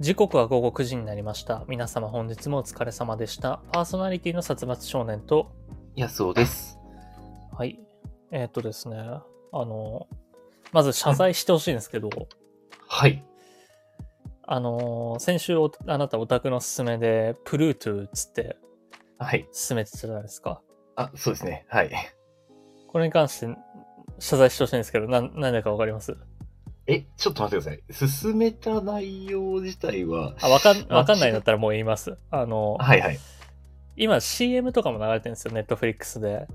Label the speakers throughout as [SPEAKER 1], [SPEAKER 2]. [SPEAKER 1] 時刻は午後9時になりました。皆様本日もお疲れ様でした。パーソナリティの殺伐少年と、
[SPEAKER 2] やそうです。
[SPEAKER 1] はい。えーっとですね、あの、まず謝罪してほしいんですけど、
[SPEAKER 2] はい。
[SPEAKER 1] あの、先週おあなたオタクの勧めで、プルートゥーつって
[SPEAKER 2] はい。
[SPEAKER 1] 勧めてたじゃないですか。
[SPEAKER 2] あ、そうですね。はい。
[SPEAKER 1] これに関して謝罪してほしいんですけど、なん、なんだかわかります
[SPEAKER 2] え、ちょっと待ってください。進めた内容自体は、
[SPEAKER 1] あ、わかん、わかんないんだったらもう言います。あの、
[SPEAKER 2] はいはい。
[SPEAKER 1] 今 CM とかも流れてるんですよ、ネットフリックスで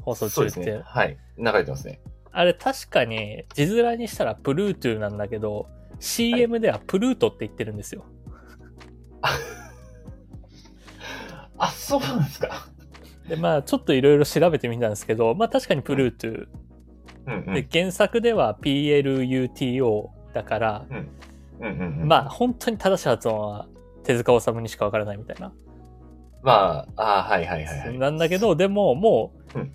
[SPEAKER 1] 放送
[SPEAKER 2] そう
[SPEAKER 1] 中
[SPEAKER 2] で
[SPEAKER 1] っ
[SPEAKER 2] す
[SPEAKER 1] て。
[SPEAKER 2] ね。はい。流れてますね。
[SPEAKER 1] あれ確かに字面にしたらプルートゥーなんだけど、CM ではプルートって言ってるんですよ。
[SPEAKER 2] あ、そうなんですか。
[SPEAKER 1] で、まあちょっといろいろ調べてみたんですけど、まあ確かにプルートゥ
[SPEAKER 2] うんう
[SPEAKER 1] ー。
[SPEAKER 2] ん。
[SPEAKER 1] で、原作では PLUTO だから、
[SPEAKER 2] うんうんうん、
[SPEAKER 1] まあ本当に正しい発音は手塚治虫にしかわからないみたいな。
[SPEAKER 2] まあ、あはいはいはいはい。
[SPEAKER 1] なんだけど、でももう、
[SPEAKER 2] うん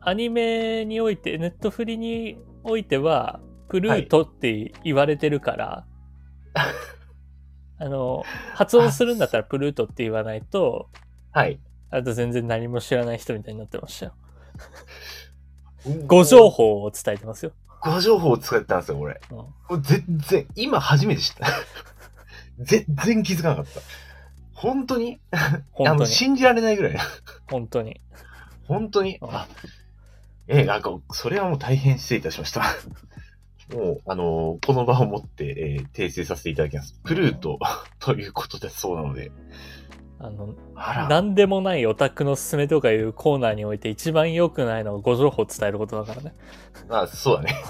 [SPEAKER 1] アニメにおいて、ネットフリにおいては、プルートって言われてる から、あの、発音するんだったらプルートって言わないと、
[SPEAKER 2] はい。
[SPEAKER 1] あと全然何も知らない人みたいになってましたよ。ご情。報を伝えてますよ。
[SPEAKER 2] ご情報を使ってたんですよ、俺。
[SPEAKER 1] うん
[SPEAKER 2] これ全然、今初めて知った。全然気づかなかった。本当にあ
[SPEAKER 1] 本当
[SPEAKER 2] の
[SPEAKER 1] に。
[SPEAKER 2] 信じられないぐらい。
[SPEAKER 1] 本当に。
[SPEAKER 2] 本当に、
[SPEAKER 1] うん
[SPEAKER 2] あ、ええなんか、それはもう大変失礼いたしました。 もう、あのーこの場をもって、えー訂正させていただきます。プルートと いうことだそうなので。
[SPEAKER 1] あの、
[SPEAKER 2] あら、
[SPEAKER 1] 何でもないオタクのすすめとかいうコーナーにおいて一番良くないのはご情報を伝えることだからね。
[SPEAKER 2] まあ、そうだね。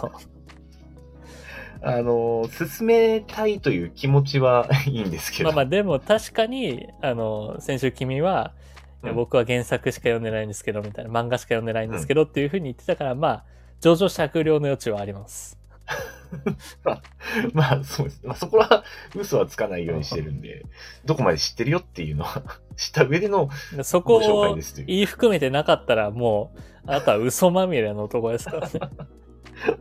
[SPEAKER 2] あのー進めたいという気持ちは いいんですけど。
[SPEAKER 1] まあまあでも確かにあの先週君は、いや
[SPEAKER 2] うん
[SPEAKER 1] 僕は原作しか読んでないんですけどみたいな漫画しか読んでないんですけどっていうふうに言ってたから、まあ上場した悪量の余地はあります
[SPEAKER 2] まあ、そうです。まあ、そこは、 嘘はつかないようにしてるんで、どこまで知ってるよっていうのは、 知った上での
[SPEAKER 1] でそこ
[SPEAKER 2] ご紹介
[SPEAKER 1] を
[SPEAKER 2] ですという。
[SPEAKER 1] 言い含めてなかったらもうあなたは嘘まみれの男です からね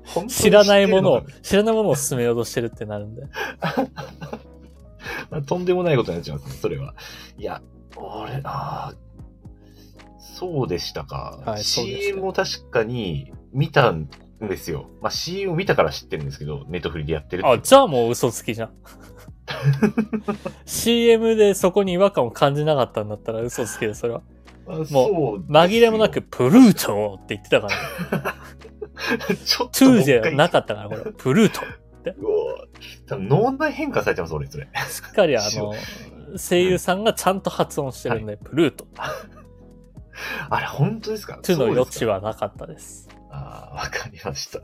[SPEAKER 2] 本当に
[SPEAKER 1] 知らないものを
[SPEAKER 2] 知ってる
[SPEAKER 1] 知らないものを進めようとしてるってなるんで
[SPEAKER 2] かなまあとんでもないことになっちゃいますね、それは。いや、俺、ああ、そうでしたか。
[SPEAKER 1] はいそうでした
[SPEAKER 2] CM を確かに見たんですよ。まあ、CM を見たから知ってるんですけど、ネットフリでやってるって
[SPEAKER 1] あじゃあもう嘘つきじゃん CM でそこに違和感を感じなかったんだったら嘘つきでそれは
[SPEAKER 2] まあそうですよ、
[SPEAKER 1] 紛れもなく プルートって言ってたから
[SPEAKER 2] ちょっ
[SPEAKER 1] ト
[SPEAKER 2] ともう
[SPEAKER 1] ゥー
[SPEAKER 2] 一
[SPEAKER 1] じ
[SPEAKER 2] 回。
[SPEAKER 1] ゃなかったから、これ。プルート。
[SPEAKER 2] うお多分脳内変化されてます、俺、それ。
[SPEAKER 1] しっかりあの、声優さんがちゃんと発音してるんで、プルート。
[SPEAKER 2] あれ、本当ですか
[SPEAKER 1] トゥーの
[SPEAKER 2] そうで
[SPEAKER 1] 余
[SPEAKER 2] すか
[SPEAKER 1] 地はなかったです。
[SPEAKER 2] ああ、わかりました。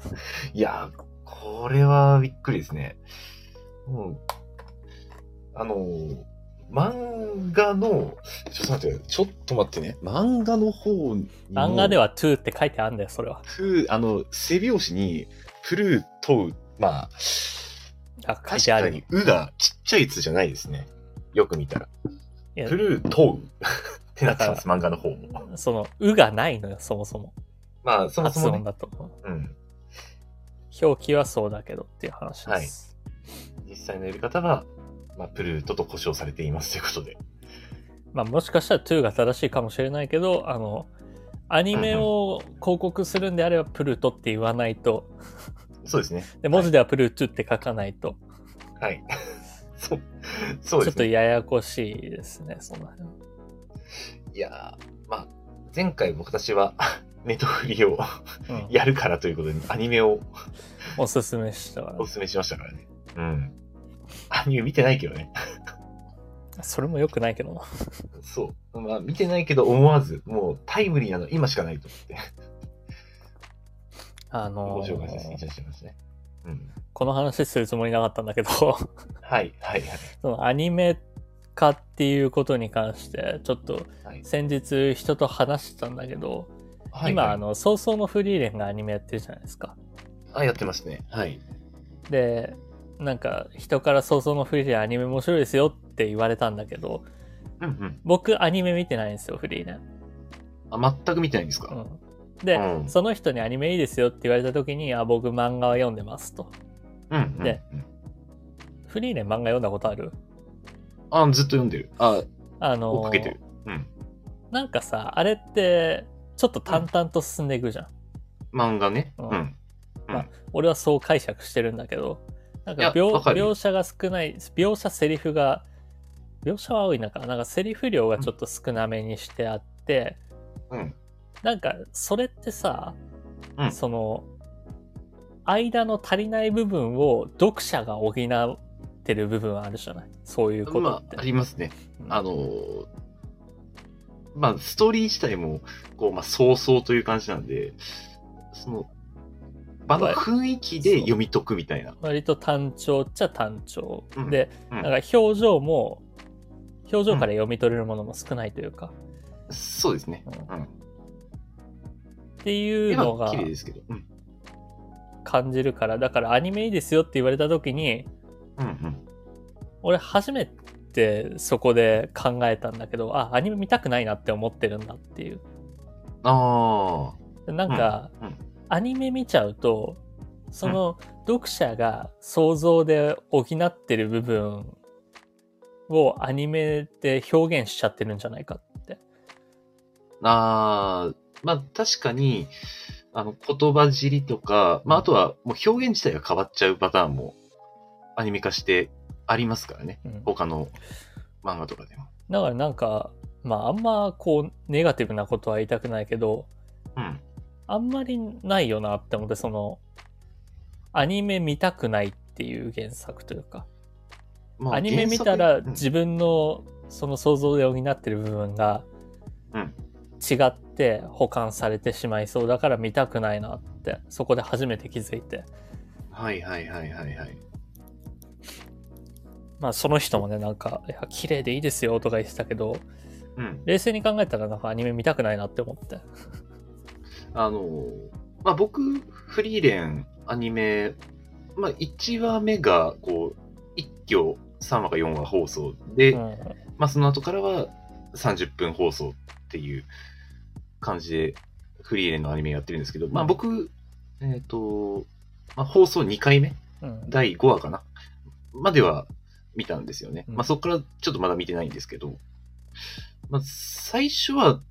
[SPEAKER 2] いやー、これはびっくりですね。もう、あのー、漫画の、ちょっと待って、ちょっと待ってね、漫画の方にも
[SPEAKER 1] 漫画で、はトゥーって書いてあるんだよ、それは。
[SPEAKER 2] プーあの、背表紙に、プルートウ、まあ、
[SPEAKER 1] あ、書い
[SPEAKER 2] 確
[SPEAKER 1] てあ
[SPEAKER 2] か
[SPEAKER 1] る。
[SPEAKER 2] に、うがちっちゃいやつじゃないですね。よく見たら。
[SPEAKER 1] いや
[SPEAKER 2] プルートウってなって ます、漫画の方も。
[SPEAKER 1] その、うがないのよ、そもそも。
[SPEAKER 2] まあ、そも
[SPEAKER 1] 発
[SPEAKER 2] そも
[SPEAKER 1] 音
[SPEAKER 2] ね、
[SPEAKER 1] だと。
[SPEAKER 2] うん。
[SPEAKER 1] 表記はそうだけどっていう話です。
[SPEAKER 2] 実際の呼び方が、まあ、プルートと呼称されていますということで。
[SPEAKER 1] まあ、もしかしたらトゥーが正しいかもしれないけど、あの、アニメを広告するんであれば、プルートって言わないと、
[SPEAKER 2] そうですね。
[SPEAKER 1] で文字ではプルートゥーって書かないと、
[SPEAKER 2] はい。 そう、そ
[SPEAKER 1] ち
[SPEAKER 2] う
[SPEAKER 1] ょ
[SPEAKER 2] で
[SPEAKER 1] っ
[SPEAKER 2] す
[SPEAKER 1] と
[SPEAKER 2] ね。
[SPEAKER 1] ややこしいですね、その辺。
[SPEAKER 2] いやーまあ、前回僕たちは、 ネトフリを
[SPEAKER 1] うん
[SPEAKER 2] やるからということで、アニメを
[SPEAKER 1] おすすめしたから
[SPEAKER 2] お勧めしましたからね。うん。アニメ見てないけどね。
[SPEAKER 1] それも良くないけどな
[SPEAKER 2] そう。まあ、見てないけど思わず、もうタイムリーなの今しかないと思って、
[SPEAKER 1] あ
[SPEAKER 2] ご
[SPEAKER 1] のー
[SPEAKER 2] 紹介させていただきましたね。うん。
[SPEAKER 1] この話するつもりなかったんだけど そ
[SPEAKER 2] はい、はい、はい。
[SPEAKER 1] のアニメ化っていうことに関してちょっと
[SPEAKER 2] はい
[SPEAKER 1] 先日人と話してたんだけど、
[SPEAKER 2] はい、
[SPEAKER 1] 今
[SPEAKER 2] は
[SPEAKER 1] あ
[SPEAKER 2] い、
[SPEAKER 1] の「早々のフリーレン」がアニメやってるじゃないですか
[SPEAKER 2] あ、やってますね。はい。
[SPEAKER 1] でなんか人から「早々のフリーレン」アニメ面白いですよって言われたんだけど
[SPEAKER 2] うんうん。
[SPEAKER 1] 僕アニメ見てないんですよフリーレン、
[SPEAKER 2] あ、全く見てないんですか、
[SPEAKER 1] うん、で、
[SPEAKER 2] うん
[SPEAKER 1] その人に「アニメいいですよ」って言われた時に「あ僕漫画は読んでます」と
[SPEAKER 2] うんうんうん
[SPEAKER 1] でフリーレン漫画読んだことある
[SPEAKER 2] あ、ずっと読んでる。あ、
[SPEAKER 1] あのー
[SPEAKER 2] 追っかけてる。うん。
[SPEAKER 1] なんかさ、あれって、ちょっと淡々と進んでいくじゃん。
[SPEAKER 2] 漫画ね。
[SPEAKER 1] う
[SPEAKER 2] うんん。
[SPEAKER 1] 俺はそう解釈してるんだけど、なんか
[SPEAKER 2] いや
[SPEAKER 1] 描
[SPEAKER 2] わかる
[SPEAKER 1] 描写が少ない、描写、セリフが、描写は多い中、なんかセリフ量がちょっと少なめにしてあって、
[SPEAKER 2] うん。
[SPEAKER 1] なんかそれってさ、
[SPEAKER 2] うん
[SPEAKER 1] その、間の足りない部分を読者が補ってる部分はあるじゃないそういうこと
[SPEAKER 2] ま
[SPEAKER 1] って。
[SPEAKER 2] あ、ありますね。
[SPEAKER 1] うん
[SPEAKER 2] あのーまあ、ストーリー自体も、こう、まあ、早々という感じなんで、その、場の雰囲気で読み解くみたいな。
[SPEAKER 1] 割と単調っちゃ単調、
[SPEAKER 2] うん
[SPEAKER 1] で、
[SPEAKER 2] うん
[SPEAKER 1] なんか表情も表情から読み取れるものも少ないというか、
[SPEAKER 2] そうですね。
[SPEAKER 1] うん
[SPEAKER 2] うん。
[SPEAKER 1] っていう
[SPEAKER 2] 今
[SPEAKER 1] の
[SPEAKER 2] は
[SPEAKER 1] が
[SPEAKER 2] 綺麗ですけど。うん。
[SPEAKER 1] 感じるからだからアニメいいですよって言われた時に
[SPEAKER 2] うんうん。
[SPEAKER 1] 俺初めてそこで考えたんだけどあアニメ見たくないなって思ってるんだっていう
[SPEAKER 2] あ
[SPEAKER 1] でなんか、
[SPEAKER 2] うんうん
[SPEAKER 1] アニメ見ちゃうとその読者が想像で補ってる部分をアニメで表現しちゃってるんじゃないかって。
[SPEAKER 2] あ。ああ。まあ、確かに、あの、言葉尻とか、まあ、あとは、もう表現自体が変わっちゃうパターンも、アニメ化してありますからね。
[SPEAKER 1] うん
[SPEAKER 2] 他の漫画とかでも。
[SPEAKER 1] だからなんか、まああんまこうネガティブなことは言いたくないけど、
[SPEAKER 2] うん。
[SPEAKER 1] あんまりないよなって思って、その、アニメ見たくないっていう原作というか、
[SPEAKER 2] まあ
[SPEAKER 1] アニメ見たら
[SPEAKER 2] 原作うん
[SPEAKER 1] 自分のその想像で補ってる部分が
[SPEAKER 2] うん
[SPEAKER 1] 違って保管されてしまいそうだから見たくないなって、そこで初めて気づいて、
[SPEAKER 2] はいはいはいはいはい。
[SPEAKER 1] まあその人もね、なんか、いや、綺麗でいいですよとか言ってたけど、
[SPEAKER 2] うん。
[SPEAKER 1] 冷静に考えたらなんかアニメ見たくないなって思って。
[SPEAKER 2] あのーまあ、僕、フリーレンアニメ、まあ、1話目が、こう、1挙3話か4話放送で、
[SPEAKER 1] うん
[SPEAKER 2] まあ、その後からは30分放送っていう感じで、フリーレンのアニメやってるんですけど、まあ、僕、えっ、と、まあ、放送2回目
[SPEAKER 1] うん
[SPEAKER 2] 第5話かなまでは見たんですよね。
[SPEAKER 1] うん
[SPEAKER 2] まあそこからちょっとまだ見てないんですけど、まあ最初は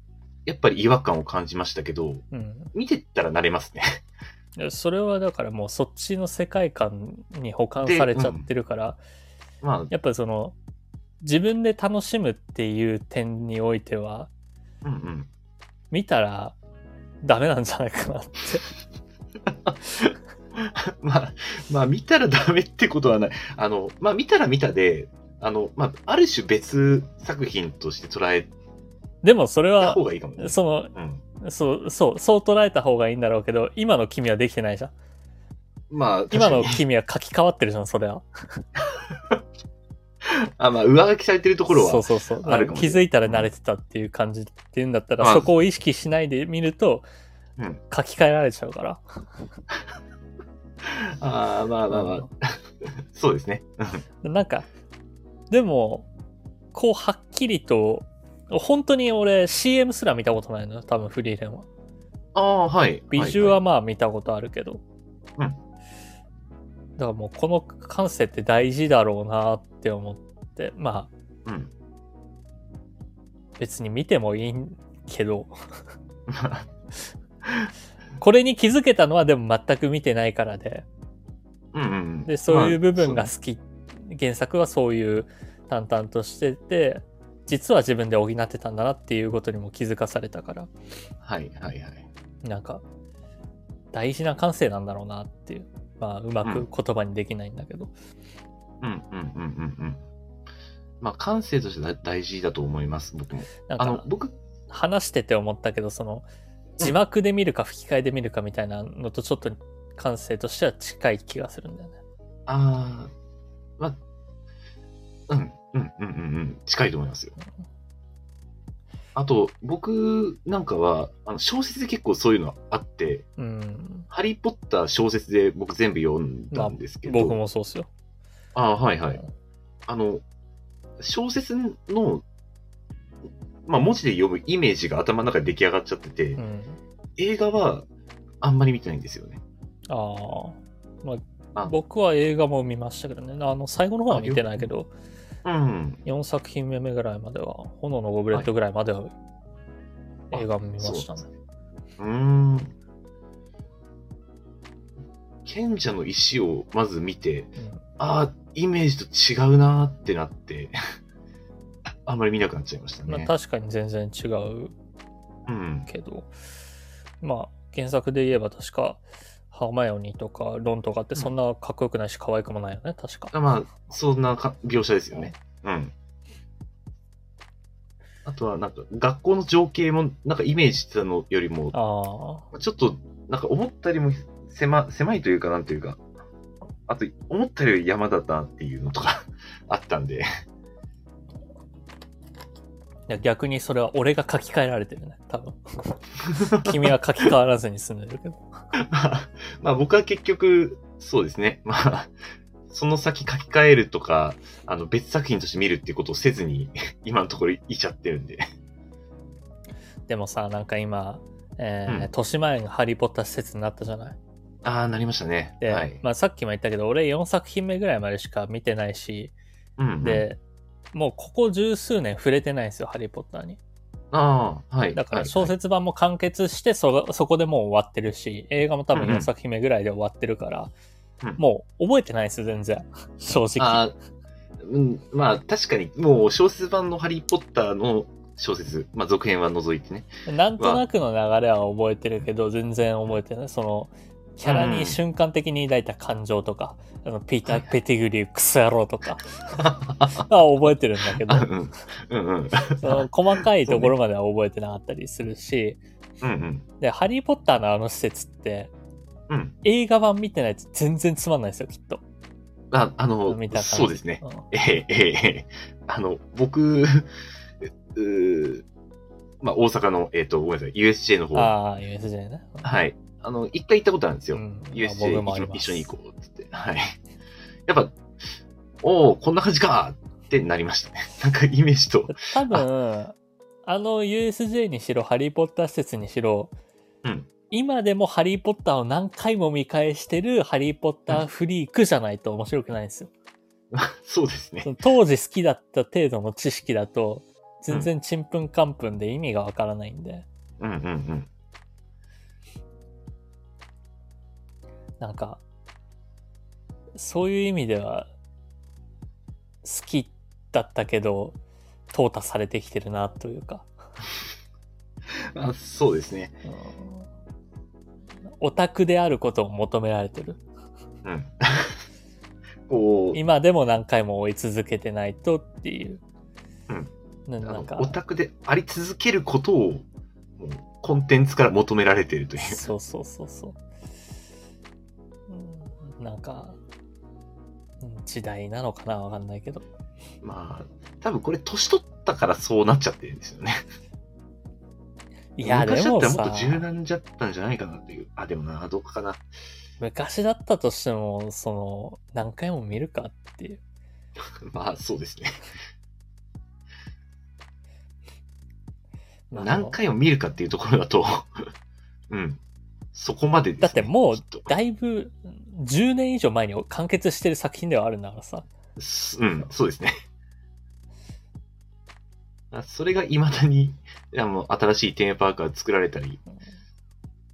[SPEAKER 2] やっぱり違和感を感じましたけど、
[SPEAKER 1] うん
[SPEAKER 2] 見てったら慣れますね。
[SPEAKER 1] いやそれはだからもうそっちの世界観に保管されちゃってるから、
[SPEAKER 2] ま
[SPEAKER 1] やっぱその自分で楽しむっていう点においては
[SPEAKER 2] あ、うんうん。
[SPEAKER 1] 見たらダメなんじゃないかな って
[SPEAKER 2] まあ、まあ見たらダメってことはない。あの、まあ見たら見たで、あの、まあある種別作品として捉え
[SPEAKER 1] でもそれ
[SPEAKER 2] た
[SPEAKER 1] は
[SPEAKER 2] 方がいいかもね。
[SPEAKER 1] そ
[SPEAKER 2] うん。
[SPEAKER 1] のそうそうそう捉えた方がいいんだろうけど今の君はできてないじゃん
[SPEAKER 2] まあ、
[SPEAKER 1] 今
[SPEAKER 2] 確
[SPEAKER 1] の
[SPEAKER 2] かに
[SPEAKER 1] 君は書き換わってるじゃんそれは
[SPEAKER 2] あ、まあ上書きされてるところ
[SPEAKER 1] そう
[SPEAKER 2] は、
[SPEAKER 1] そうそう
[SPEAKER 2] あるかもし
[SPEAKER 1] 気
[SPEAKER 2] れない
[SPEAKER 1] づいたら慣れてたっていう感じっていうんだったら、
[SPEAKER 2] まあ
[SPEAKER 1] そこを意識しないで見ると、
[SPEAKER 2] うん
[SPEAKER 1] 書き換えられちゃうから
[SPEAKER 2] ああ、まあまあまあ、そうですね。うん
[SPEAKER 1] なんか、でも、こうはっきりと、本当に俺 CM すら見たことないのよ、多分フリーレンは。
[SPEAKER 2] ああ、はい。
[SPEAKER 1] ビジュはまあ見たことあるけど。
[SPEAKER 2] うん
[SPEAKER 1] だからもうこの感性って大事だろうなって思って、まあ
[SPEAKER 2] はいはいうん。
[SPEAKER 1] 別に見てもいいんけ ど、これに気づけたのはでも全く見てないからで、
[SPEAKER 2] うんうんうん
[SPEAKER 1] で、そういう部分が
[SPEAKER 2] まあ
[SPEAKER 1] 好き、原作はそういう淡々としてて、実は自分で補ってたんだなっていうことにも気づかされたから。
[SPEAKER 2] そうはいはいはい。
[SPEAKER 1] なんか、大事な感性なんだろうなっていう。まあ、うまく言葉にできないんだけど。
[SPEAKER 2] うんうんうんうんうん。まあ感性としてだ大事だと思います、僕も。
[SPEAKER 1] なん
[SPEAKER 2] あの
[SPEAKER 1] か、、
[SPEAKER 2] 僕、
[SPEAKER 1] 話してて思ったけど、その、字幕で見るか吹き替えで見るかみたいなのとちょっと感性としては近い気がするんだよね。
[SPEAKER 2] ああ、まあ、うん、うん、うん、うん、うん、近いと思いますよ。あと、僕なんかは、あの小説で結構そういうのあって、
[SPEAKER 1] うん。
[SPEAKER 2] ハリー・ポッター小説で僕全部読んだんですけど、
[SPEAKER 1] 僕もそうっすよ。
[SPEAKER 2] ああ、はいはい。あの、小説の、まあ、文字で読むイメージが頭の中で出来上がっちゃってて、
[SPEAKER 1] うん。
[SPEAKER 2] 映画はあんまり見てないんですよね。
[SPEAKER 1] ああ。まあ、
[SPEAKER 2] あ
[SPEAKER 1] 僕は映画も見ましたけどね、あの最後の方は見てないけど、
[SPEAKER 2] うん。
[SPEAKER 1] 4作品目ぐらいまでは、炎のゴブレットぐらいまでは映画も見ましたね。
[SPEAKER 2] うーん。賢者の石をまず見て、
[SPEAKER 1] うん
[SPEAKER 2] ああ、イメージと違うなーってなって、 あんまり見なくなっちゃいました
[SPEAKER 1] まあ、
[SPEAKER 2] ね。
[SPEAKER 1] 確かに全然違う
[SPEAKER 2] うん。
[SPEAKER 1] けど、まあ、原作で言えば確か、ハーマイオニーとかロンとかってそんなかっこよくないし可愛くもないよね、確か。
[SPEAKER 2] まあ、そんなか描写ですよね。うん。あとは、なんか、学校の情景も、なんかイメージしてたのよりも、
[SPEAKER 1] ああ、
[SPEAKER 2] ちょっと、なんか思ったよりも狭狭いというか、なんというか、あと、思ったより山だったっていうのとか あったんで、
[SPEAKER 1] いや逆にそれは俺が書き換えられてるね、多分。 君は書き換わらずに済んでるけど。
[SPEAKER 2] まあ、 まあ僕は結局、そうですね、まあ、その先書き換えるとか、あの、別作品として見るっていうことをせずに、 今のところいちゃってるんで。
[SPEAKER 1] でもさ、なんか今、えー
[SPEAKER 2] うん
[SPEAKER 1] 豊島園がハリー・ポッター施設になったじゃない。
[SPEAKER 2] ああ、なりましたね。
[SPEAKER 1] で、
[SPEAKER 2] はい。
[SPEAKER 1] まあ、さっきも言ったけど、俺4作品目ぐらいまでしか見てないし、
[SPEAKER 2] うんうん、
[SPEAKER 1] で、もうここ十数年触れてないんですよ、ハリー・ポッターに。
[SPEAKER 2] ああ、はい。
[SPEAKER 1] だから
[SPEAKER 2] はい
[SPEAKER 1] 小説版も完結してそ、そこでもう終わってるし、映画も多分
[SPEAKER 2] うんうん
[SPEAKER 1] 4作品目ぐらいで終わってるから、
[SPEAKER 2] うん
[SPEAKER 1] もう覚えてないですよ、全然。 正直。
[SPEAKER 2] あーうん、まあ確かにもう小説版の「ハリー・ポッター」の小説、まあ、続編は除いてね
[SPEAKER 1] なんとなくの流れは覚えてるけど、全然覚えてない。その、キャラに瞬間的に抱いた感情とか、あのピータ
[SPEAKER 2] はい
[SPEAKER 1] ー・
[SPEAKER 2] はい
[SPEAKER 1] ペティグリュー、クソ野郎と か、は覚えてるんだけど
[SPEAKER 2] う、んうんうん
[SPEAKER 1] その細かいところまでは覚えてなかったりするし、
[SPEAKER 2] うんうん
[SPEAKER 1] で、ハリー・ポッターのあの施設って、
[SPEAKER 2] うん
[SPEAKER 1] 映画版見てないと全然つまんないですよ、きっと。
[SPEAKER 2] ああの
[SPEAKER 1] 見た感じ
[SPEAKER 2] そうですね
[SPEAKER 1] うん
[SPEAKER 2] ええええええあの僕う うまあ大阪のえっ、とごめんなさい USJ の方
[SPEAKER 1] ああ、USJ ね。
[SPEAKER 2] はいあの一回行ったことあるんですよ、
[SPEAKER 1] ん
[SPEAKER 2] USJ
[SPEAKER 1] 僕もあり
[SPEAKER 2] 一
[SPEAKER 1] ます
[SPEAKER 2] 緒一緒に行こうっつってはいやっぱおおこんな感じかってなりましたね なんかイメージと
[SPEAKER 1] 多分、あの USJ にしろ、ハリー・ポッター施設にしろ、
[SPEAKER 2] うん
[SPEAKER 1] 今でもハリー・ポッターを何回も見返してるハリー・ポッターフリークじゃないと面白くないんですよ。
[SPEAKER 2] そうですね
[SPEAKER 1] その当時好きだった程度の知識だと、全然ちんぷんかんぷんで意味がわからないんで、
[SPEAKER 2] うんうんうん
[SPEAKER 1] なんか、そういう意味では、好きだったけど、淘汰されてきてるなというか。
[SPEAKER 2] あそうですね。
[SPEAKER 1] うんオタクであることを求められてる。
[SPEAKER 2] うん。 こう、
[SPEAKER 1] 今でも何回も追い続けてないとっていう。
[SPEAKER 2] うん
[SPEAKER 1] な
[SPEAKER 2] あ
[SPEAKER 1] なん
[SPEAKER 2] の
[SPEAKER 1] か
[SPEAKER 2] オ、タクであり続けることを、もうコンテンツから求められているという。
[SPEAKER 1] そうそうそうそう。うんなんか、うん時代なのかなわかんないけど。
[SPEAKER 2] まあ、多分これ、年取ったからそうなっちゃってるんですよね。
[SPEAKER 1] いや、で
[SPEAKER 2] 昔だっ
[SPEAKER 1] も
[SPEAKER 2] たらもっ
[SPEAKER 1] さ
[SPEAKER 2] と、柔軟じゃったんじゃないかなという。あ、でもな、どうかな。
[SPEAKER 1] 昔だったとしても、その、何回も見るかっていう。
[SPEAKER 2] まあ、そうですね。
[SPEAKER 1] まあ
[SPEAKER 2] 何回も見るかっていうところだと、 うん。そこまでです、ね。
[SPEAKER 1] だってもう
[SPEAKER 2] きっと、
[SPEAKER 1] だいぶ、10年以上前に完結してる作品ではあるんだからさ。
[SPEAKER 2] すうん、そうですね。 あそれがいまだにあの新しいテーマパークが作られたり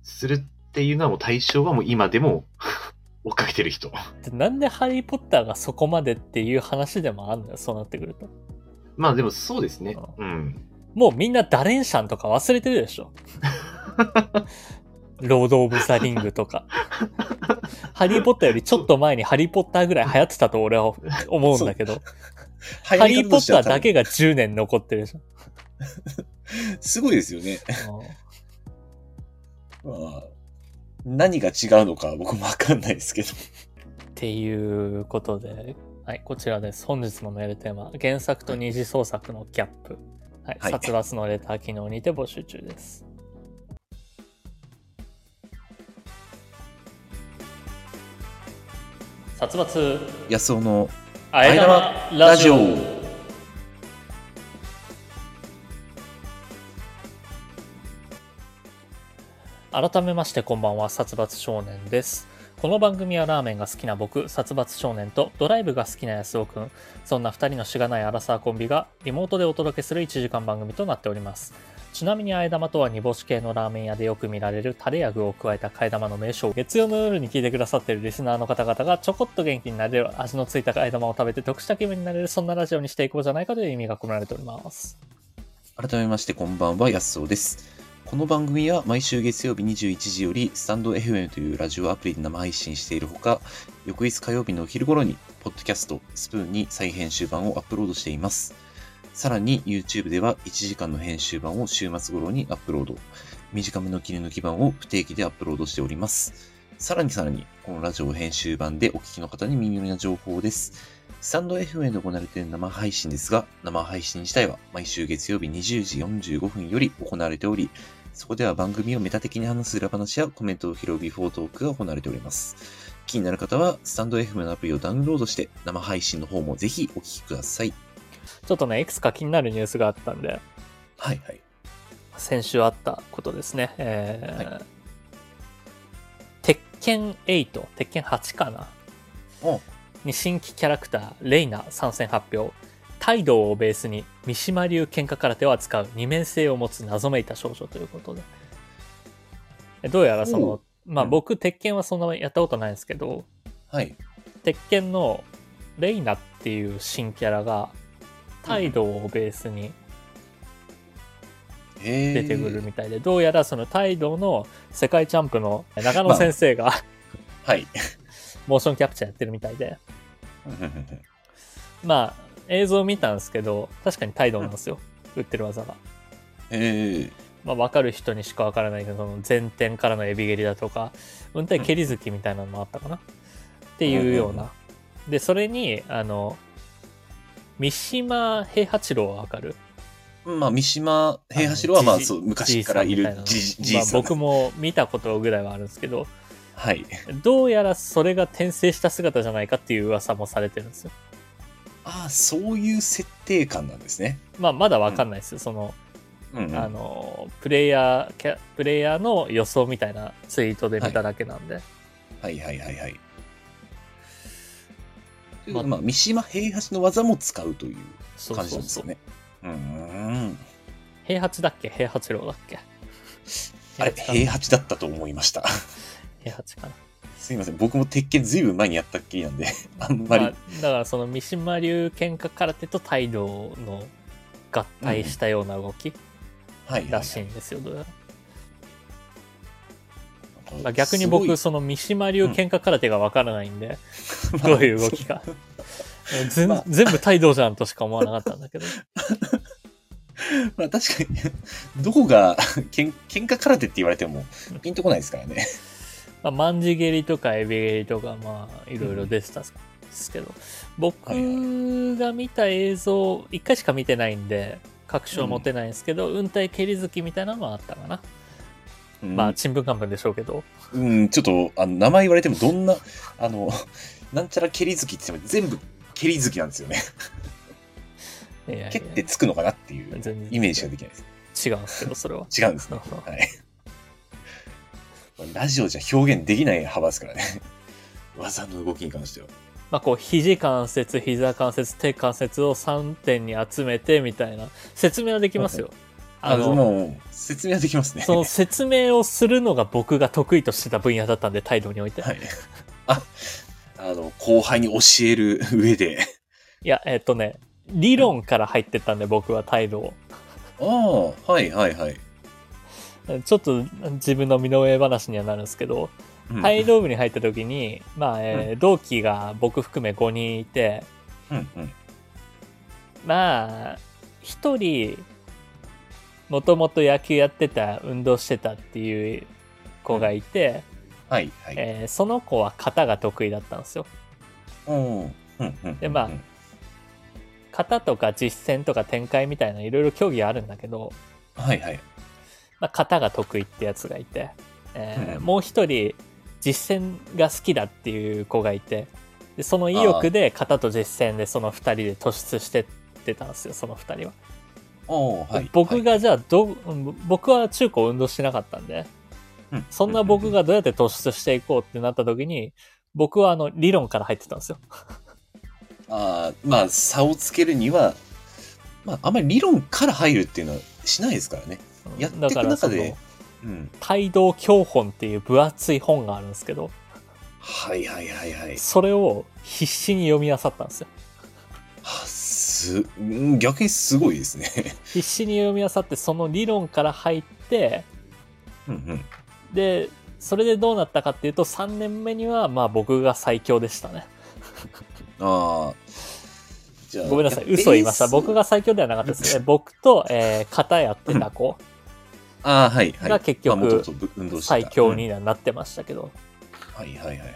[SPEAKER 2] するっていうのはもう対象はもう今でも 追っかけてる人。
[SPEAKER 1] でなんでハリー・ポッターがそこまでっていう話でもあるのよ、そうなってくると。
[SPEAKER 2] まあでもそうですね。うん。
[SPEAKER 1] もうみんなダレンシャンとか忘れてるで しょ。ロード・オブ・ザ・リングとか。ハリー・ポッターよりちょっと前にハリー・ポッターぐらい流行ってたと俺は思うんだけど、ハリー・ポッターだけが10年残ってるでしょ。
[SPEAKER 3] すごいですよね。
[SPEAKER 1] うん
[SPEAKER 3] まあ、何が違うのか僕もわかんないですけど。
[SPEAKER 1] っていうことで、はい、こちらです。本日のメールテーマ、原作と二次創作のギャップ。はい、
[SPEAKER 3] はい
[SPEAKER 1] 殺伐のレター機能にて募集中です。殺伐、
[SPEAKER 3] 安尾の
[SPEAKER 1] あえ玉ラジオ。改めましてこんばんは殺伐少年ですこの番組はラーメンが好きな僕、殺伐少年とドライブが好きな安尾くん、そんな2人のしがないアラサーコンビがリモートでお届けする1時間番組となっております。ちなみに、あえ玉とは煮干し系のラーメン屋でよく見られるタレや具を加えた替え玉の名称。月曜の夜に聞いてくださっているリスナーの方々がちょこっと元気になれる味のついた替え玉を食べて得した気分になれる、そんなラジオにしていこうじゃないかという意味が込められております。
[SPEAKER 3] 改めましてこんばんは、やっそうです。この番組は毎週月曜日21時より、スタンド FM というラジオアプリで生配信しているほか、翌日火曜日のお昼頃に、ポッドキャスト、スプーンに再編集版をアップロードしています。さらに YouTube では1時間の編集版を週末頃にアップロード。短めの切り抜き版を不定期でアップロードしております。さらにさらに、このラジオ編集版でお聞きの方に耳寄りな情報です。スタンド FM で行われている生配信ですが、生配信自体は毎週月曜日20時45分より行われており、そこでは番組をメタ的に話す裏話やコメントを拾うビフォートークが行われております。気になる方は、スタンド FM のアプリをダウンロードして、生配信の方もぜひお聞きください。
[SPEAKER 1] ちょっとね、いくつか気になるニュースがあったんで、
[SPEAKER 3] はいはい。
[SPEAKER 1] 先週あったことですね。えー
[SPEAKER 3] は
[SPEAKER 1] 鉄拳8、鉄拳8かな
[SPEAKER 3] お
[SPEAKER 1] に新規キャラクター、レイナ参戦発表。態度をベースに三島流喧嘩空手を扱う二面性を持つ謎めいた少女ということで。えどうやらその、まあ
[SPEAKER 3] うん
[SPEAKER 1] 僕、鉄拳はそんなやったことないんですけど、
[SPEAKER 3] はい。
[SPEAKER 1] 鉄拳のレイナっていう新キャラが、態度をベースに
[SPEAKER 3] へー
[SPEAKER 1] 出てくるみたいで、どうやらその態度の世界チャンプの中野先生が
[SPEAKER 3] はい。
[SPEAKER 1] モーションキャプチャーやってるみたいで、まあ映像見たんですけど、確かに態度なん ですよ、打ってる技が。
[SPEAKER 3] へー
[SPEAKER 1] まあ、分かる人にしか分からないけど、その前転からのエビ蹴りだとか、運転蹴り好きみたいなのもあったかな。っていうよう
[SPEAKER 3] うん
[SPEAKER 1] な。で、それに、あの、三島平八郎は分かる
[SPEAKER 3] まあ、三島平八郎は、まあ、
[SPEAKER 1] じじ
[SPEAKER 3] そう、昔からいるじじじ
[SPEAKER 1] ま
[SPEAKER 3] い
[SPEAKER 1] あ
[SPEAKER 3] さん。
[SPEAKER 1] 僕も見たことぐらいはあるんですけど、
[SPEAKER 3] はい。
[SPEAKER 1] どうやらそれが転生した姿じゃないかっていう噂もされてるんですよ。
[SPEAKER 3] ああ、そういう設定感なんですね。
[SPEAKER 1] まあ、まだわかんないですよ。その、
[SPEAKER 3] うんうん、
[SPEAKER 1] あの、プレイヤーキャ、プレイヤーの予想みたいなツイートで見ただけなんで。
[SPEAKER 3] はいはいはいはい。とい
[SPEAKER 1] ま
[SPEAKER 3] うことでまあ、三島平八の技も使うという
[SPEAKER 1] そう
[SPEAKER 3] 感じ
[SPEAKER 1] そ
[SPEAKER 3] な
[SPEAKER 1] うん
[SPEAKER 3] です
[SPEAKER 1] そ
[SPEAKER 3] よ
[SPEAKER 1] う。
[SPEAKER 3] ね。うーん。
[SPEAKER 1] 平八だっけ平八郎だっけ
[SPEAKER 3] あれ、
[SPEAKER 1] 平八
[SPEAKER 3] 平八だったと思いました。
[SPEAKER 1] 平八かな。
[SPEAKER 3] すいません。僕も鉄拳ずいぶん前にやったっきりなんで、あんまり。
[SPEAKER 1] まあ、だからその三島流喧嘩空手と態度の合体したような動き
[SPEAKER 3] はいはい。
[SPEAKER 1] らしいんですよ。どうやら
[SPEAKER 3] なん
[SPEAKER 1] ま
[SPEAKER 3] か
[SPEAKER 1] あ、逆に
[SPEAKER 3] すご
[SPEAKER 1] 僕、
[SPEAKER 3] い
[SPEAKER 1] その三島流喧嘩空手がわからないんで、どういう動き か。全
[SPEAKER 3] まあ
[SPEAKER 1] 全部態度じゃんとしか思わなかったんだけど。
[SPEAKER 3] まあ確かに、 どこが、けん喧嘩空手って言われても、ピンとこないですからね。
[SPEAKER 1] まあ、万字蹴りとかエビ蹴りとか、まあ、いろいろ出てたんですけど、
[SPEAKER 3] はいは
[SPEAKER 1] 僕が見た映像、一回しか見てないんで、確証持てないんですけど、運体蹴り好きみたいなのもあったかな。
[SPEAKER 3] うん
[SPEAKER 1] まあ、ちんぷんかんぷんでしょうけど、
[SPEAKER 3] うん、ちょっと、あの、名前言われても、どんな、あの、なんちゃら蹴り好きって言っても、全部蹴り好きなんですよね。
[SPEAKER 1] いやいや
[SPEAKER 3] 蹴ってつくのかなっていう
[SPEAKER 1] 全然
[SPEAKER 3] イメージができないです。
[SPEAKER 1] 違うんですけど、それは。
[SPEAKER 3] 違うんですね。はい。ラジオじゃ表現できない幅ですからね。 技の動きに関しては。
[SPEAKER 1] まあ、こう、肘関節、膝関節、手関節を3点に集めてみたいな、説明はできますよ。
[SPEAKER 3] あ
[SPEAKER 1] あ
[SPEAKER 3] の、
[SPEAKER 1] の、
[SPEAKER 3] もう、説明はできますね。
[SPEAKER 1] その説明をするのが僕が得意としてた分野だったんで、態度において。
[SPEAKER 3] はい。 あ、あの、後輩に教える上で。
[SPEAKER 1] いや、えっとね、理論から入ってったんで、僕は態度を。
[SPEAKER 3] ああ、はいはいはい。
[SPEAKER 1] ちょっと自分の身の上話にはなるんですけど、
[SPEAKER 3] うん
[SPEAKER 1] タイドー部に入った時に、まあ、えー同期が僕含め5人いて、
[SPEAKER 3] うんうん。
[SPEAKER 1] まあ、1人、もともと野球やってた、運動してたっていう子がいて、
[SPEAKER 3] はいはい。
[SPEAKER 1] えーその子は型が得意だったんですよ。
[SPEAKER 3] うんうんうん。
[SPEAKER 1] でまあ
[SPEAKER 3] うん
[SPEAKER 1] 型とか実践とか展開みたいないろいろ競技あるんだけど、
[SPEAKER 3] はいはい。
[SPEAKER 1] まあ、型が得意ってやつがいて、えー
[SPEAKER 3] うん
[SPEAKER 1] もう一人実践が好きだっていう子がいてでその意欲で型と実践でその2人で突出してってたんですよその2人は、
[SPEAKER 3] おーはい、
[SPEAKER 1] 僕がじゃあどう僕は中高運動してなかったんで
[SPEAKER 3] うん
[SPEAKER 1] そんな僕がどうやって突出していこうってなった時に、僕はあの理論から入ってたんですよ。
[SPEAKER 3] あーまあ差をつけるには、まあ、あんまり理論から入るっていうのはしないですからね。やっていく
[SPEAKER 1] だからそ
[SPEAKER 3] 中
[SPEAKER 1] の
[SPEAKER 3] で、うん、
[SPEAKER 1] 帯同教本っていう分厚い本があるんですけど、
[SPEAKER 3] はいはいはいはい。
[SPEAKER 1] それを必死に読み漁ったんですよ。
[SPEAKER 3] はすうん逆にすごいですね。
[SPEAKER 1] 必死に読み漁って、その理論から入って、
[SPEAKER 3] うんうん、
[SPEAKER 1] で、それでどうなったかっていうと、3年目には、まあ僕が最強でしたね。
[SPEAKER 3] ああ。じゃ
[SPEAKER 1] ごめんなさい、嘘言いました。
[SPEAKER 3] ベース
[SPEAKER 1] 僕が最強ではなかったですね。僕と、えー、片やってた子
[SPEAKER 3] ああ、はい、はい。
[SPEAKER 1] が結局
[SPEAKER 3] まあ元々ぶ運動してた
[SPEAKER 1] 最強にはなってましたけど、
[SPEAKER 3] うんはいはいはいはい。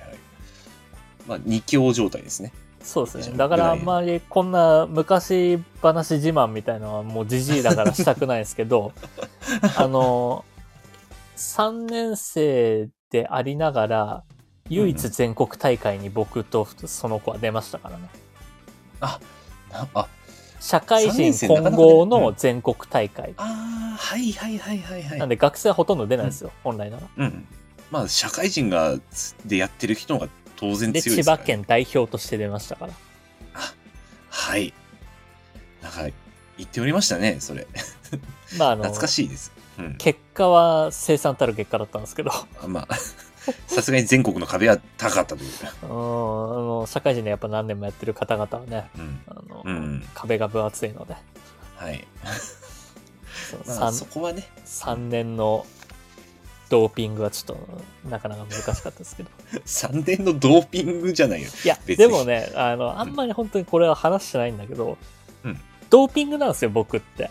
[SPEAKER 3] まあ、二強状態ですね。
[SPEAKER 1] そうですね。だからあんまりこんな昔話自慢みたいのはもうじじいだからしたくないですけ ど、あの、3年生でありながら、唯一全国大会に僕とその子は出ましたからね。
[SPEAKER 3] なあ、
[SPEAKER 1] 社会
[SPEAKER 3] 三年
[SPEAKER 1] 人
[SPEAKER 3] 生なか
[SPEAKER 1] 混
[SPEAKER 3] なかね
[SPEAKER 1] 合の全国大会。
[SPEAKER 3] ああ、はいはいはいはいはい。
[SPEAKER 1] なんで学生はほとんど出ないですよ、本来なら。
[SPEAKER 3] うん。まあ、社会人がつでやってる人の方が当然強
[SPEAKER 1] で、
[SPEAKER 3] いです
[SPEAKER 1] 千
[SPEAKER 3] から
[SPEAKER 1] 葉
[SPEAKER 3] ね
[SPEAKER 1] 県代表として出ましたから。
[SPEAKER 3] はい。なんか、言っておりましたね、それ。
[SPEAKER 1] まあ、あの、
[SPEAKER 3] 懐かしいです。うん。
[SPEAKER 1] 結果は生産たる結果だったんですけど、
[SPEAKER 3] まあ、 さすがに全国の壁は高かったというか。
[SPEAKER 1] うんあの社会人でやっぱ何年もやってる方々はね、
[SPEAKER 3] うん。
[SPEAKER 1] あの、
[SPEAKER 3] うん。
[SPEAKER 1] 壁が分厚いので、
[SPEAKER 3] はい。
[SPEAKER 1] その
[SPEAKER 3] まあ、そ
[SPEAKER 1] 三
[SPEAKER 3] こはね、
[SPEAKER 1] 三年のドーピングはちょっとなかなか難しかったですけど。
[SPEAKER 3] 3年のドーピングじゃないよ。
[SPEAKER 1] いや、
[SPEAKER 3] 別に
[SPEAKER 1] でもね、あの、あんまり本当にこれは話してないんだけど、
[SPEAKER 3] うん
[SPEAKER 1] ドーピングなんですよ、僕って。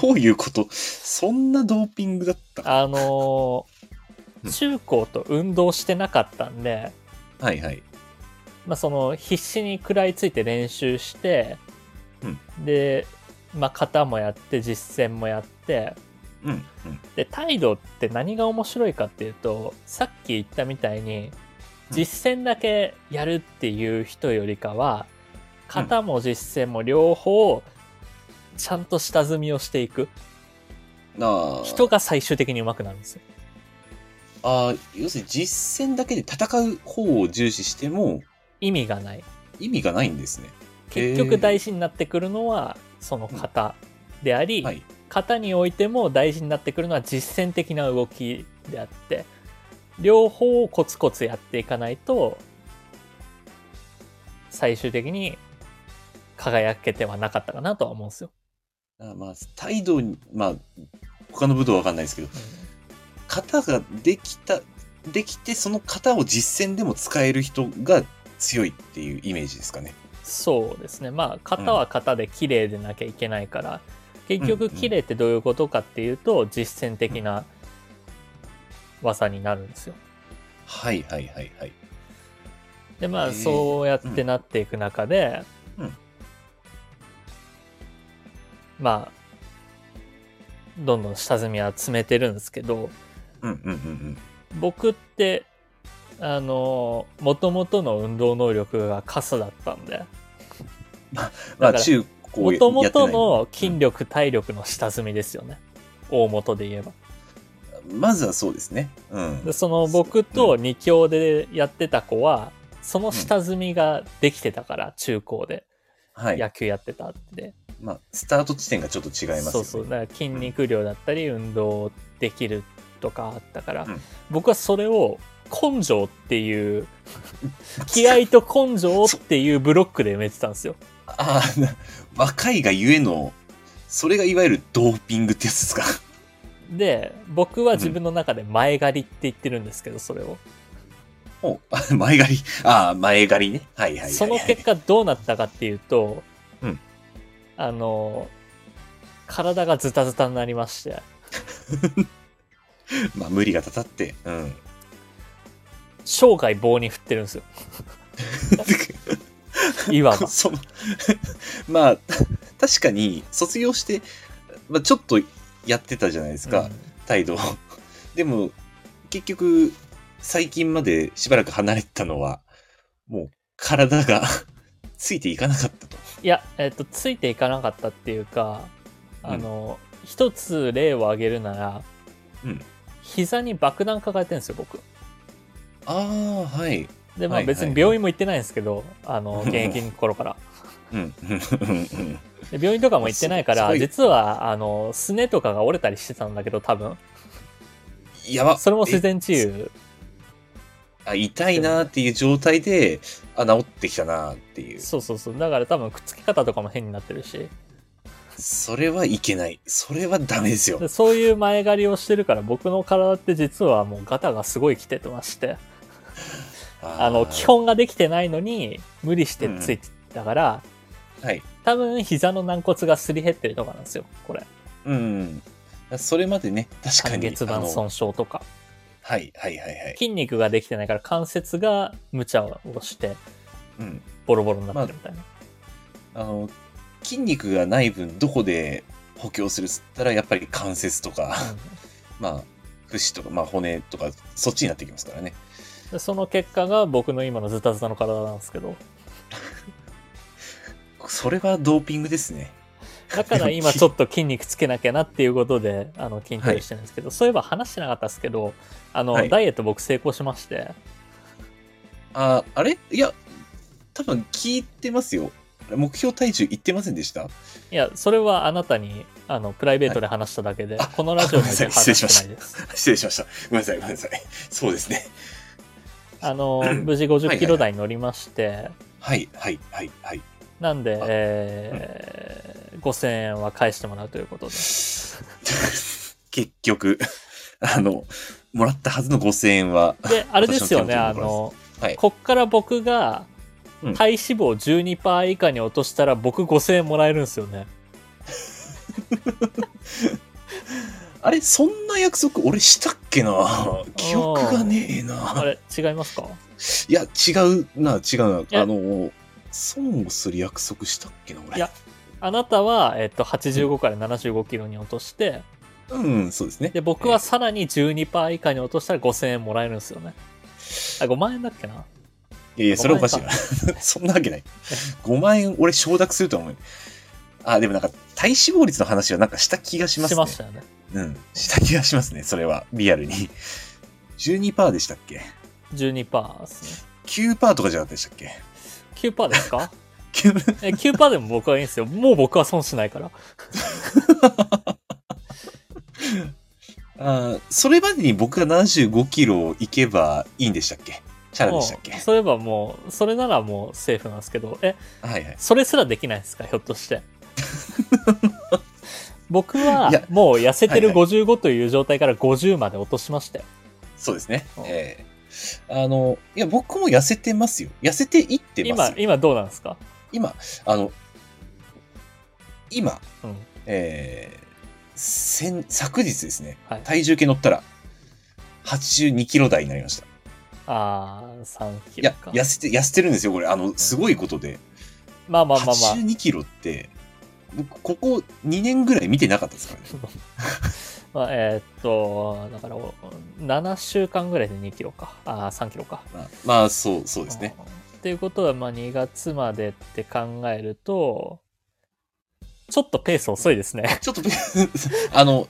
[SPEAKER 3] どういうことそんなドーピングだったか
[SPEAKER 1] あのー
[SPEAKER 3] うん
[SPEAKER 1] 中高と運動してなかったんで、
[SPEAKER 3] はいはい。
[SPEAKER 1] まあ、その必死に食らいついて練習して、
[SPEAKER 3] う
[SPEAKER 1] で、まあ、型もやって実践もやって
[SPEAKER 3] うん。うん。
[SPEAKER 1] で態度って何が面白いかっていうとさっき言ったみたいに
[SPEAKER 3] うん
[SPEAKER 1] 実践だけやるっていう人よりかは型も実践も両方ちゃんと下積みをしていく
[SPEAKER 3] ああ。
[SPEAKER 1] 人が最終的に上手くなるんですよ。
[SPEAKER 3] ああ、要するに実践だけで戦う方を重視しても
[SPEAKER 1] 意味がない
[SPEAKER 3] 意味がないんですね。
[SPEAKER 1] 結局大事になってくるのはその型であり、
[SPEAKER 3] はい。
[SPEAKER 1] 型においても大事になってくるのは実践的な動きであって両方をコツコツやっていかないと最終的に輝けてはなかったかなとは思うんですよ。
[SPEAKER 3] あまあ、態度に、まあ、他の武道はわかんないですけど、型ができた、できて、その型を実践でも使える人が強いっていうイメージですかね。
[SPEAKER 1] そうですねまあ型は型で綺麗でなきゃいけないから、結
[SPEAKER 3] うんう
[SPEAKER 1] 局
[SPEAKER 3] ん
[SPEAKER 1] 綺麗ってどういうことかっていうと実践的な技になるんですよ。
[SPEAKER 3] はいはいはいはい。
[SPEAKER 1] でま
[SPEAKER 3] へ
[SPEAKER 1] あ
[SPEAKER 3] え
[SPEAKER 1] そうやってなっていく中で、
[SPEAKER 3] うん
[SPEAKER 1] まあどんどん下積みは詰めてるんですけど
[SPEAKER 3] うんうんうんうん。
[SPEAKER 1] 僕ってあのもともとの運動能力がカスだったんで
[SPEAKER 3] ま
[SPEAKER 1] だ
[SPEAKER 3] あ、
[SPEAKER 1] から
[SPEAKER 3] 中高
[SPEAKER 1] も
[SPEAKER 3] や
[SPEAKER 1] ともと
[SPEAKER 3] や
[SPEAKER 1] の
[SPEAKER 3] ってない
[SPEAKER 1] 筋力体力の下積みですよね大元で言えば
[SPEAKER 3] うんまずはそうですね。うん
[SPEAKER 1] で。その僕
[SPEAKER 3] そう
[SPEAKER 1] と2強でやってた子はその下積みができてたから中高で
[SPEAKER 3] はい。
[SPEAKER 1] 野球やってたって、
[SPEAKER 3] まあ、スタート地点がちょっと違いますよね。
[SPEAKER 1] そうそうだから筋肉量だったり運動できるとかあったから、
[SPEAKER 3] うん
[SPEAKER 1] 僕はそれを根性っていう気合と根性っていうブロックで埋めてたんですよ
[SPEAKER 3] ああ、な若いがゆえの、それがいわゆるドーピングってやつですか。
[SPEAKER 1] で僕は自分の中で前借りって言ってるんですけどそれを、
[SPEAKER 3] おあ前借り。ああ、前借りね。はいはいはい、はい。
[SPEAKER 1] その結果どうなったかっていうと、
[SPEAKER 3] うん
[SPEAKER 1] あの体がズタズタになりまして
[SPEAKER 3] まあ、無理がたたって。 うん。
[SPEAKER 1] 生涯棒に振ってるんですよいわば
[SPEAKER 3] そのまあ、確かに、卒業して、まあ、ちょっとやってたじゃないですか、
[SPEAKER 1] うん
[SPEAKER 3] 態度を。 でも、結局、最近までしばらく離れてたのは、もう、体が ついていかなかったと。
[SPEAKER 1] いや、えっと、ついていかなかったっていうか、あの、一つ例を挙げるなら、
[SPEAKER 3] うん
[SPEAKER 1] 一膝に爆弾抱えてるんですよ僕
[SPEAKER 3] ああ、はい。
[SPEAKER 1] でま
[SPEAKER 3] は
[SPEAKER 1] あ
[SPEAKER 3] いはい
[SPEAKER 1] 別に病院も行ってないんですけど、あ の現役の頃から
[SPEAKER 3] うん。うん
[SPEAKER 1] で病院とかも行ってないか
[SPEAKER 3] すすご
[SPEAKER 1] ら
[SPEAKER 3] い
[SPEAKER 1] 実はあのすねとかが折れたりしてたんだけど多分
[SPEAKER 3] やば。
[SPEAKER 1] それも自然治癒
[SPEAKER 3] あ痛いなーっていう状態で、あ、治ってきたなーっていう。
[SPEAKER 1] そうそうそうだから多分くっつき方とかも変になってるし
[SPEAKER 3] それはいけない。それはダメですよ
[SPEAKER 1] で。そういう前借りをしてるから僕の体って実はもうガタがすごい来ててまして
[SPEAKER 3] あー
[SPEAKER 1] あの基。本ができてないのに無理してついてたから、
[SPEAKER 3] はい。
[SPEAKER 1] 多分膝の軟骨がすり減ってるとかなんですよこれ
[SPEAKER 3] うん。それまでね、確か
[SPEAKER 1] 半
[SPEAKER 3] に。
[SPEAKER 1] 月板
[SPEAKER 3] あの
[SPEAKER 1] 損傷とか
[SPEAKER 3] はいはいはいはい。
[SPEAKER 1] 筋肉ができてないから関節が無茶をして
[SPEAKER 3] うん。
[SPEAKER 1] ボロボロになってるみたいな、
[SPEAKER 3] あの、筋肉がない分、どこで補強するっつったら、やっぱり関節とか、
[SPEAKER 1] うん
[SPEAKER 3] まあ、節とか、まあ骨とか、そっちになってきますからね。
[SPEAKER 1] でその結果が僕の今のズタズタの体なんですけど
[SPEAKER 3] それはドーピングですね。
[SPEAKER 1] だから 今ちょっと筋肉つけなきゃなっていうことであの筋トレしてるんですけど、そういえば話してなかったですけどあの、
[SPEAKER 3] はい
[SPEAKER 1] ダイエット僕成功しまして
[SPEAKER 3] あ、あれいや、多分聞いてますよ。目標体重言ってませんでした
[SPEAKER 1] いやそれはあなたにあのプライベートで話しただけで、
[SPEAKER 3] はいあ
[SPEAKER 1] このラジオで
[SPEAKER 3] あごめんなさ
[SPEAKER 1] 話
[SPEAKER 3] い
[SPEAKER 1] してないです
[SPEAKER 3] 失礼しました。ごめんなさい、ごめんなさい。そうですね。
[SPEAKER 1] あの
[SPEAKER 3] うん
[SPEAKER 1] 無事
[SPEAKER 3] は
[SPEAKER 1] 50
[SPEAKER 3] い
[SPEAKER 1] キロ台に乗りまして、
[SPEAKER 3] はい、はい、はい、はい。
[SPEAKER 1] なんで
[SPEAKER 3] あ、
[SPEAKER 1] えー5000円は返してもらうということで
[SPEAKER 3] 結局、 あの、もらったはずの5000円は、
[SPEAKER 1] であれですよねあ
[SPEAKER 3] 私の
[SPEAKER 1] の
[SPEAKER 3] はい。
[SPEAKER 1] こっから僕が
[SPEAKER 3] うん
[SPEAKER 1] 体脂肪12%以下に落としたら僕5000円もらえるんですよね
[SPEAKER 3] あれ、そんな約束俺したっけな記憶がねえ
[SPEAKER 1] あ
[SPEAKER 3] な
[SPEAKER 1] れ違いますか
[SPEAKER 3] いや、違うな、違う
[SPEAKER 1] や
[SPEAKER 3] な。あの、損をする約束したっけな、俺。
[SPEAKER 1] いやあなたは、えっと、85から75キロに落として
[SPEAKER 3] うん、そうですね。
[SPEAKER 1] で僕はさらに12%以下に落としたら5000円もらえるんですよねあ5万円だっけない
[SPEAKER 3] やいや、それはおかしいな。 そんなわけない。5万円、俺、承諾するとは思う。あ、でもなんか、体脂肪率の話はなんかした気がしますね。
[SPEAKER 1] しましたよね
[SPEAKER 3] うん。した気がしますね、それは。リアルに。12%でしたっけ
[SPEAKER 1] 12%ですね
[SPEAKER 3] ?9% とかじゃなかったでしたっけ
[SPEAKER 1] 9%ですか
[SPEAKER 3] 9
[SPEAKER 1] え9%でも僕はいいんですよもう僕は損しないから
[SPEAKER 3] あーそれまでに僕が75キロ行けばいいんでしたっけチャラでしたっけ
[SPEAKER 1] もうそういえばもうそれならもうセーフなんですけどえ
[SPEAKER 3] はいはい。
[SPEAKER 1] それすらできないんですかひょっとして 僕はい
[SPEAKER 3] や
[SPEAKER 1] もう痩せてる
[SPEAKER 3] はいは
[SPEAKER 1] 55という状態から50まで落としまして
[SPEAKER 3] そうですね
[SPEAKER 1] うん。
[SPEAKER 3] えーあの、いや、僕も痩せてますよ。痩せていってま
[SPEAKER 1] 今
[SPEAKER 3] すよ。
[SPEAKER 1] 今どうなんですか、
[SPEAKER 3] 今、あの、今、
[SPEAKER 1] うん、
[SPEAKER 3] えー先昨日ですね、
[SPEAKER 1] はい
[SPEAKER 3] 体重計乗ったら82キロ台になりました。
[SPEAKER 1] ああ3キ
[SPEAKER 3] い
[SPEAKER 1] ロ
[SPEAKER 3] や、
[SPEAKER 1] か
[SPEAKER 3] 痩せて、痩せてるんですよ、これ。あの、すごいことで。
[SPEAKER 1] まあまあまあまあ
[SPEAKER 3] 82キロって、僕、ここ2年ぐらい見てなかったですからね。
[SPEAKER 1] まあ、えーっと、だから、お7週間ぐらいで2キロか、あー3キロか。
[SPEAKER 3] まあ、まあ、そう、そうですね。
[SPEAKER 1] うん。っていうことは、まあ、2月までって考えると、ちょっとペース遅いです ね。
[SPEAKER 3] ちょっと、あの、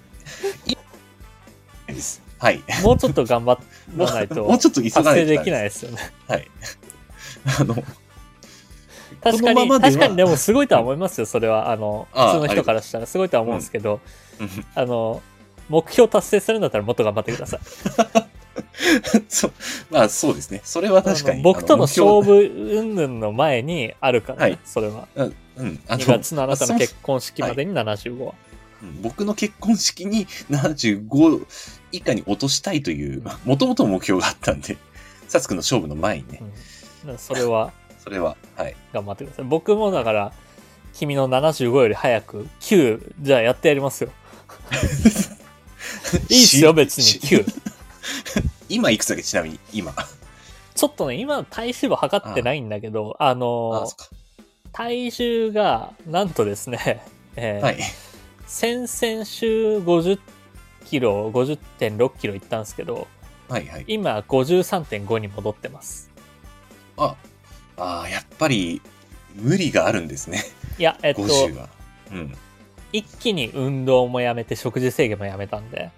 [SPEAKER 3] いです。はい。
[SPEAKER 1] もうちょっと頑張
[SPEAKER 3] も
[SPEAKER 1] らないと、
[SPEAKER 3] うちょっと急が
[SPEAKER 1] 達
[SPEAKER 3] ない
[SPEAKER 1] 成
[SPEAKER 3] と
[SPEAKER 1] でき
[SPEAKER 3] ダ
[SPEAKER 1] ない
[SPEAKER 3] メ
[SPEAKER 1] ですよね。
[SPEAKER 3] す。はい。 あの、
[SPEAKER 1] 確か
[SPEAKER 3] この
[SPEAKER 1] に、
[SPEAKER 3] ままでは
[SPEAKER 1] 確かに、でもすごいとは思いますよ、それは。あの、
[SPEAKER 3] あー
[SPEAKER 1] 普通の人からしたらすごいとは思うんですけど、
[SPEAKER 3] うん うん
[SPEAKER 1] あの、目標達成するんだったらもっと頑張ってください。
[SPEAKER 3] そう、まあ、そうですね。それは 確か
[SPEAKER 1] あ
[SPEAKER 3] に。
[SPEAKER 1] の僕との
[SPEAKER 3] あ目標
[SPEAKER 1] 勝負云々の前にあるからね、
[SPEAKER 3] はい
[SPEAKER 1] それは。
[SPEAKER 3] うんうん、あ
[SPEAKER 1] 2月のあなたの結婚式までに75は。
[SPEAKER 3] うん僕の結婚式に75以下に落としたいという、もともと目標があったんで、サツくんの勝負の前にね
[SPEAKER 1] う、んだからそれは
[SPEAKER 3] それは、はい。
[SPEAKER 1] 頑張ってください。僕もだから、君の75より早く9、じゃあやってやりますよ。いいっすよ、
[SPEAKER 3] し
[SPEAKER 1] 別に
[SPEAKER 3] し
[SPEAKER 1] 9。
[SPEAKER 3] 今いくつだっけ、ちなみに、今。あ
[SPEAKER 1] ちょっとね、今体脂肪測ってないんだけど、あの
[SPEAKER 3] あ、、そっか。
[SPEAKER 1] 体重が、なんとですね、 えー
[SPEAKER 3] はい。
[SPEAKER 1] 先々週50キロ、50.6キロいったんですけど、
[SPEAKER 3] はいはい。
[SPEAKER 1] 今53.5に戻ってます。
[SPEAKER 3] あ、あーやっぱり、無理があるんですね。
[SPEAKER 1] いや、えっと、
[SPEAKER 3] 50は。うん。
[SPEAKER 1] 一気に運動もやめて食事制限もやめたんで、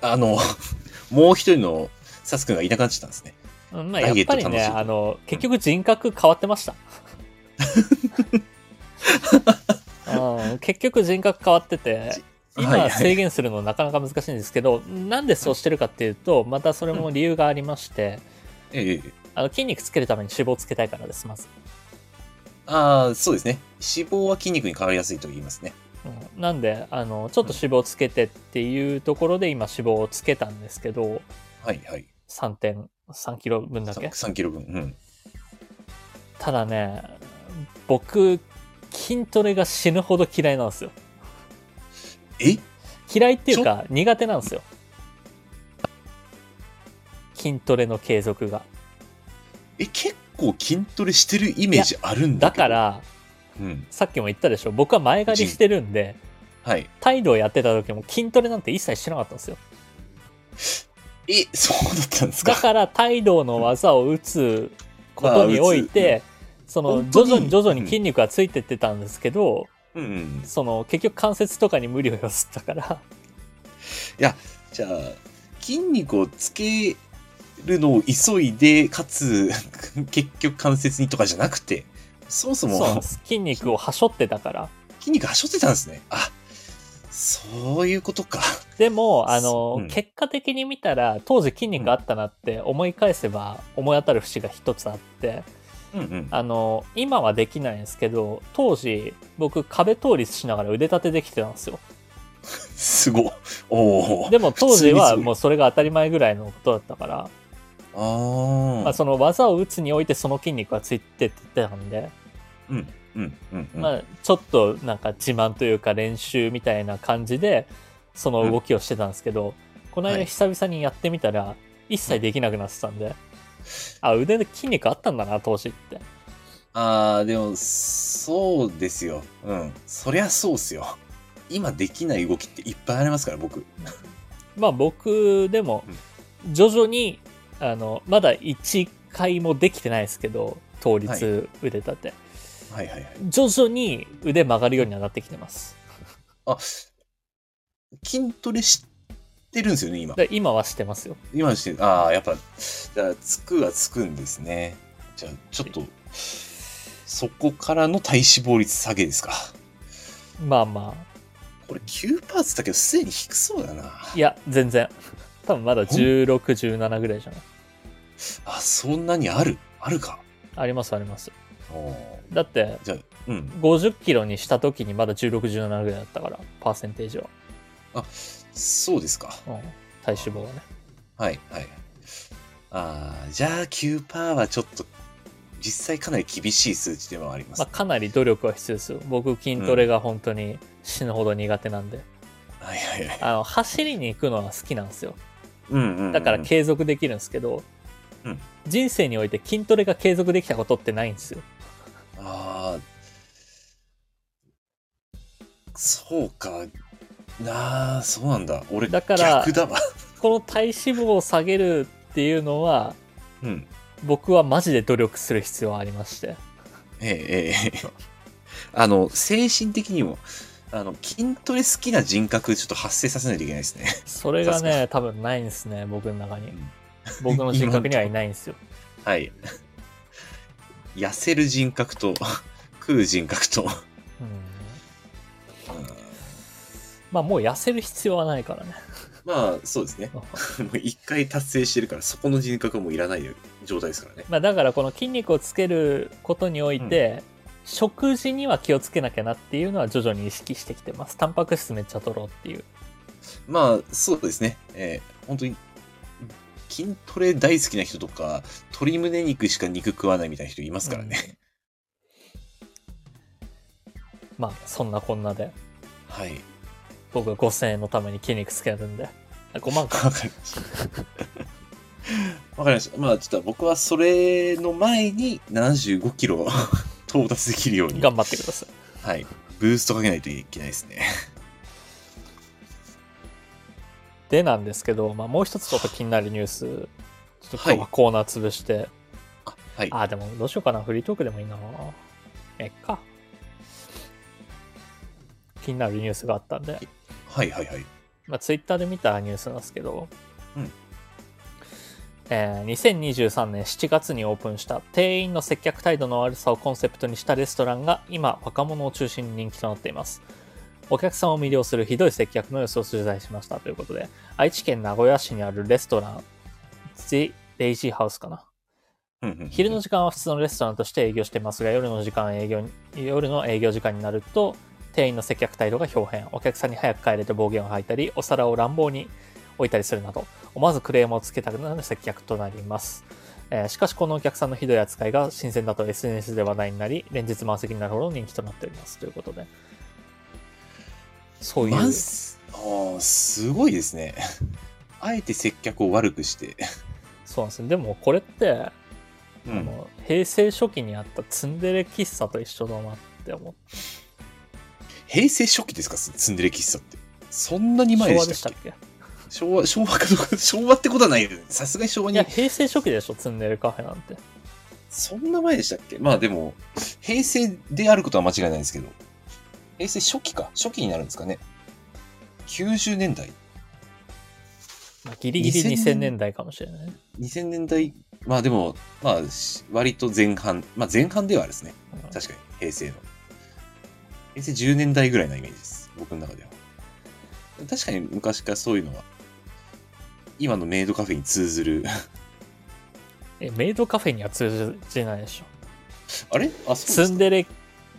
[SPEAKER 3] あの、 もう一人のサス君がいなくなっちゃったんですね。
[SPEAKER 1] うんまあ、
[SPEAKER 3] ダ
[SPEAKER 1] やっ
[SPEAKER 3] イエット
[SPEAKER 1] ぱ
[SPEAKER 3] 楽し
[SPEAKER 1] り
[SPEAKER 3] い
[SPEAKER 1] ね、あの、結局人格変わってま した。うん、結局人格変わってて、
[SPEAKER 3] はいは
[SPEAKER 1] 今
[SPEAKER 3] い
[SPEAKER 1] 制限するのなかなか難しいんですけど、なんでそうしてるかっていうと、またそれも理由がありまして、
[SPEAKER 3] ええ
[SPEAKER 1] あの筋肉つけるために脂肪つけたいからです、まず。
[SPEAKER 3] ああ、そうですね。脂肪は筋肉に変わりやすいと言いますね。
[SPEAKER 1] うん、なんであの、ちょっと脂肪つけてっていうところで今脂肪をつけたんですけど、
[SPEAKER 3] はいはい。
[SPEAKER 1] 3.3キロ分だけ。
[SPEAKER 3] 3キロ分。うん。
[SPEAKER 1] ただね、僕、筋トレが死ぬほど嫌いなんですよ。
[SPEAKER 3] え
[SPEAKER 1] 嫌いっていうか苦手なんですよ筋トレの継続が
[SPEAKER 3] え、結構筋トレしてるイメージあるんだ
[SPEAKER 1] だ
[SPEAKER 3] けど。
[SPEAKER 1] か。ら
[SPEAKER 3] うん。
[SPEAKER 1] さっきも言ったでしょ僕は前借りしてるんで
[SPEAKER 3] はい。
[SPEAKER 1] 態度をやってた時も筋トレなんて一切してなかったんですよ
[SPEAKER 3] え、そうだったんです
[SPEAKER 1] だ
[SPEAKER 3] か
[SPEAKER 1] から態度の技を打つことにおいて、その
[SPEAKER 3] 本
[SPEAKER 1] 徐
[SPEAKER 3] 当に
[SPEAKER 1] 々に徐々に筋肉はついてってたんですけど、
[SPEAKER 3] うんうん。
[SPEAKER 1] その結局関節とかに無理をよすったから
[SPEAKER 3] じゃあ、筋肉をつけるのを急いで、かつ、 結局関節にとかじゃなくて、そもそ
[SPEAKER 1] そうなんで
[SPEAKER 3] も
[SPEAKER 1] す筋肉をはしょってたから
[SPEAKER 3] 筋肉はしょってたんですね。あ、そういうことか。
[SPEAKER 1] でも、あの、
[SPEAKER 3] うん
[SPEAKER 1] 結果的に見たら、当時筋肉あったなって思い返せば、思い当たる節が一つあって、
[SPEAKER 3] うんうん。
[SPEAKER 1] あの、今はできないんですけど、当時、僕、壁倒立しながら腕立てできてたんですよ。
[SPEAKER 3] すごい。おお。
[SPEAKER 1] でも当時
[SPEAKER 3] 普通にす
[SPEAKER 1] は
[SPEAKER 3] ごい
[SPEAKER 1] もうそれが当たり前ぐらいのことだったから、
[SPEAKER 3] ああ。
[SPEAKER 1] まあ、その技を打つにおいてその筋肉がついてってたんで、
[SPEAKER 3] うんうんうんうん。
[SPEAKER 1] まあ、ちょっとなんか自慢というか練習みたいな感じで、その動きをしてたんですけど、この
[SPEAKER 3] は
[SPEAKER 1] 間
[SPEAKER 3] い
[SPEAKER 1] 久々にやってみたら、一切できなくなってたんで、あ、腕で筋肉あったんだな、当時って。
[SPEAKER 3] ああ、でも、そうですよ。うん。そりゃそうっすよ。今できない動きっていっぱいありますから、僕。
[SPEAKER 1] まあ僕でも、徐々に、あの、まだ1回もできてないですけど、倒立腕立て。
[SPEAKER 3] はいはいはい。
[SPEAKER 1] 徐々に腕曲がるようにはなってきてます。
[SPEAKER 3] あ、筋トレしてるんですよね、今。
[SPEAKER 1] で今はしてますよ。
[SPEAKER 3] 今のして、ああ、やっぱ、じゃあ、つくはつくんですね。じゃあ、ちょっと、そこからの体脂肪率下げですか。
[SPEAKER 1] まあまあ。
[SPEAKER 3] これ9%パーツだけど、すでに低そうだな。
[SPEAKER 1] いや、全然。多分まだ16、17ぐらいじゃない
[SPEAKER 3] あ、そんなにあるあるか。
[SPEAKER 1] ありますあります。
[SPEAKER 3] おー
[SPEAKER 1] だって、
[SPEAKER 3] じゃあ、うん。
[SPEAKER 1] 50キロにした時にまだ16、17ぐらいだったから、パーセンテージは。
[SPEAKER 3] そうですか。
[SPEAKER 1] うん、体脂肪はね。
[SPEAKER 3] はいはい。ああ、じゃあ9%はちょっと、実際かなり厳しい数値ではあります
[SPEAKER 1] まあ、
[SPEAKER 3] ね。
[SPEAKER 1] かなり努力は必要ですよ。僕、筋トレが本当に死ぬほど苦手なんで。
[SPEAKER 3] はいはいはい。
[SPEAKER 1] あの、走りに行くのは好きなんですよ。
[SPEAKER 3] うんうんうん
[SPEAKER 1] だから継続できるんですけど、
[SPEAKER 3] うん
[SPEAKER 1] 人生において筋トレが継続できたことってないんですよ。
[SPEAKER 3] ああ、そうか。なあ、そうなんだ。俺、
[SPEAKER 1] だから
[SPEAKER 3] 逆だわ。
[SPEAKER 1] この体脂肪を下げるっていうのは、
[SPEAKER 3] うん。
[SPEAKER 1] 僕はマジで努力する必要はありまして。
[SPEAKER 3] ええ ええええ。 あの、精神的にも、あの、筋トレ好きな人格、ちょっと発生させないといけないですね。
[SPEAKER 1] それが
[SPEAKER 3] 確か
[SPEAKER 1] ね、多分ないんですね、僕の中に
[SPEAKER 3] うん。
[SPEAKER 1] 僕の人格にはいないんですよ。
[SPEAKER 3] はい。痩せる人格と、 食う人格と、
[SPEAKER 1] うん
[SPEAKER 3] うん
[SPEAKER 1] まあ、もう痩せる必要はないからね。
[SPEAKER 3] まあ、そうですね。もう一回達成してるから、そこの人格はもういらない状態ですからね。
[SPEAKER 1] まあ、だからこの筋肉をつけることにおいて、食事には気をつけなきゃなっていうのは徐々に意識してきてます。タンパク質めっちゃ取ろうっていう。
[SPEAKER 3] まあ、そうですね。えー本当に、筋トレ大好きな人とか、鶏胸肉しか肉食わないみたいな人いますからね。
[SPEAKER 1] まあ、そんなこんなで、
[SPEAKER 3] はい。
[SPEAKER 1] 僕は5000円のために筋肉つけるんで。あ5万か。
[SPEAKER 3] わかりました。わかりました。まあ、ちょっと僕はそれの前に75キロ 到達できるように、
[SPEAKER 1] 頑張ってください。
[SPEAKER 3] はい。ブーストかけないといけないですね。
[SPEAKER 1] でなんですけど、まあ、もう一つちょっと気になるニュース、ちょっと今日はコーナー潰して、
[SPEAKER 3] あはい。
[SPEAKER 1] あ、でもどうしようかな、フリートークでもいいな。えっか。気になるニュースがあったんで、
[SPEAKER 3] はいはいはい。
[SPEAKER 1] まあ、ツイッターで見たニュースなんですけど、
[SPEAKER 3] うん
[SPEAKER 1] えー2023年7月にオープンした店員の接客態度の悪さをコンセプトにしたレストランが今若者を中心に人気となっていますお客さんを魅了するひどい接客の様子を取材しましたということで愛知県名古屋市にあるレストラン The Lazy House かな
[SPEAKER 3] うんうんうん
[SPEAKER 1] 昼の時間は普通のレストランとして営業していますが夜の時間営業に夜の営業時間になると店員の接客態度が表変お客さんに早く帰れと暴言を吐いたりお皿を乱暴に置いたりするなど思わずクレームをつけたくなる接客となります、えーしかしこのお客さんのひどい扱いが新鮮だと SNS で話題になり連日満席になるほど人気となっておりますということでそういう
[SPEAKER 3] マンスあーすごいですねあえて接客を悪くして、
[SPEAKER 1] そうなんですねでもこれって
[SPEAKER 3] う
[SPEAKER 1] あ
[SPEAKER 3] ん、
[SPEAKER 1] の平成初期にあったツンデレ喫茶と一緒だなって思って
[SPEAKER 3] 平成初期ですかツンデレ喫茶ってそんなに前
[SPEAKER 1] 昭
[SPEAKER 3] で
[SPEAKER 1] 和
[SPEAKER 3] し
[SPEAKER 1] でしたた
[SPEAKER 3] っ
[SPEAKER 1] っ
[SPEAKER 3] け
[SPEAKER 1] け
[SPEAKER 3] 昭和昭和かどうか昭和ってことはないよねさすがに昭和
[SPEAKER 1] い
[SPEAKER 3] に
[SPEAKER 1] や平成初期でしょツンデレカフェなんて
[SPEAKER 3] そんな前でしたっけまあでも平成であることは間違いないですけど平成初期か初期になるんですかね90年代
[SPEAKER 1] まあギリギリ
[SPEAKER 3] 2000
[SPEAKER 1] 2000年代かもしれないね
[SPEAKER 3] 2000年代まあでもまあし割と前半まあ前半ではあれですね
[SPEAKER 1] うん
[SPEAKER 3] 確かに平成の平成10年代ぐらいなイメージです僕の中では確かに昔からそういうのは今のメイドカフェに通ずる
[SPEAKER 1] えメイドカフェには通じないでしょ
[SPEAKER 3] あれあそうで
[SPEAKER 1] ツ
[SPEAKER 3] す
[SPEAKER 1] ン
[SPEAKER 3] か
[SPEAKER 1] デレ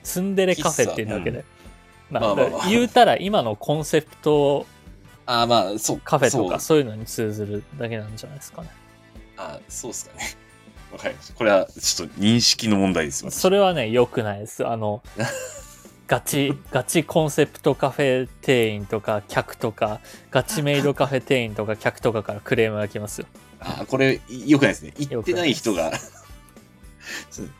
[SPEAKER 1] ツンデレカフェっていうだけで、まあ
[SPEAKER 3] まあまあまあ
[SPEAKER 1] だから言うたら今のコンセプト
[SPEAKER 3] あまあそう
[SPEAKER 1] カフェとか
[SPEAKER 3] そ
[SPEAKER 1] そ
[SPEAKER 3] う
[SPEAKER 1] ういうのに通ずるだけなんじゃないですかね
[SPEAKER 3] あそうですかね わかりましたこれはちょっと認識の問題です
[SPEAKER 1] それはね良くないですあ のガチガチコンセプトカフェ店員とか客とかガチメイドカフェ店員とか客とかからクレームが来ますよ
[SPEAKER 3] あこれよくないですね言ってない人が そう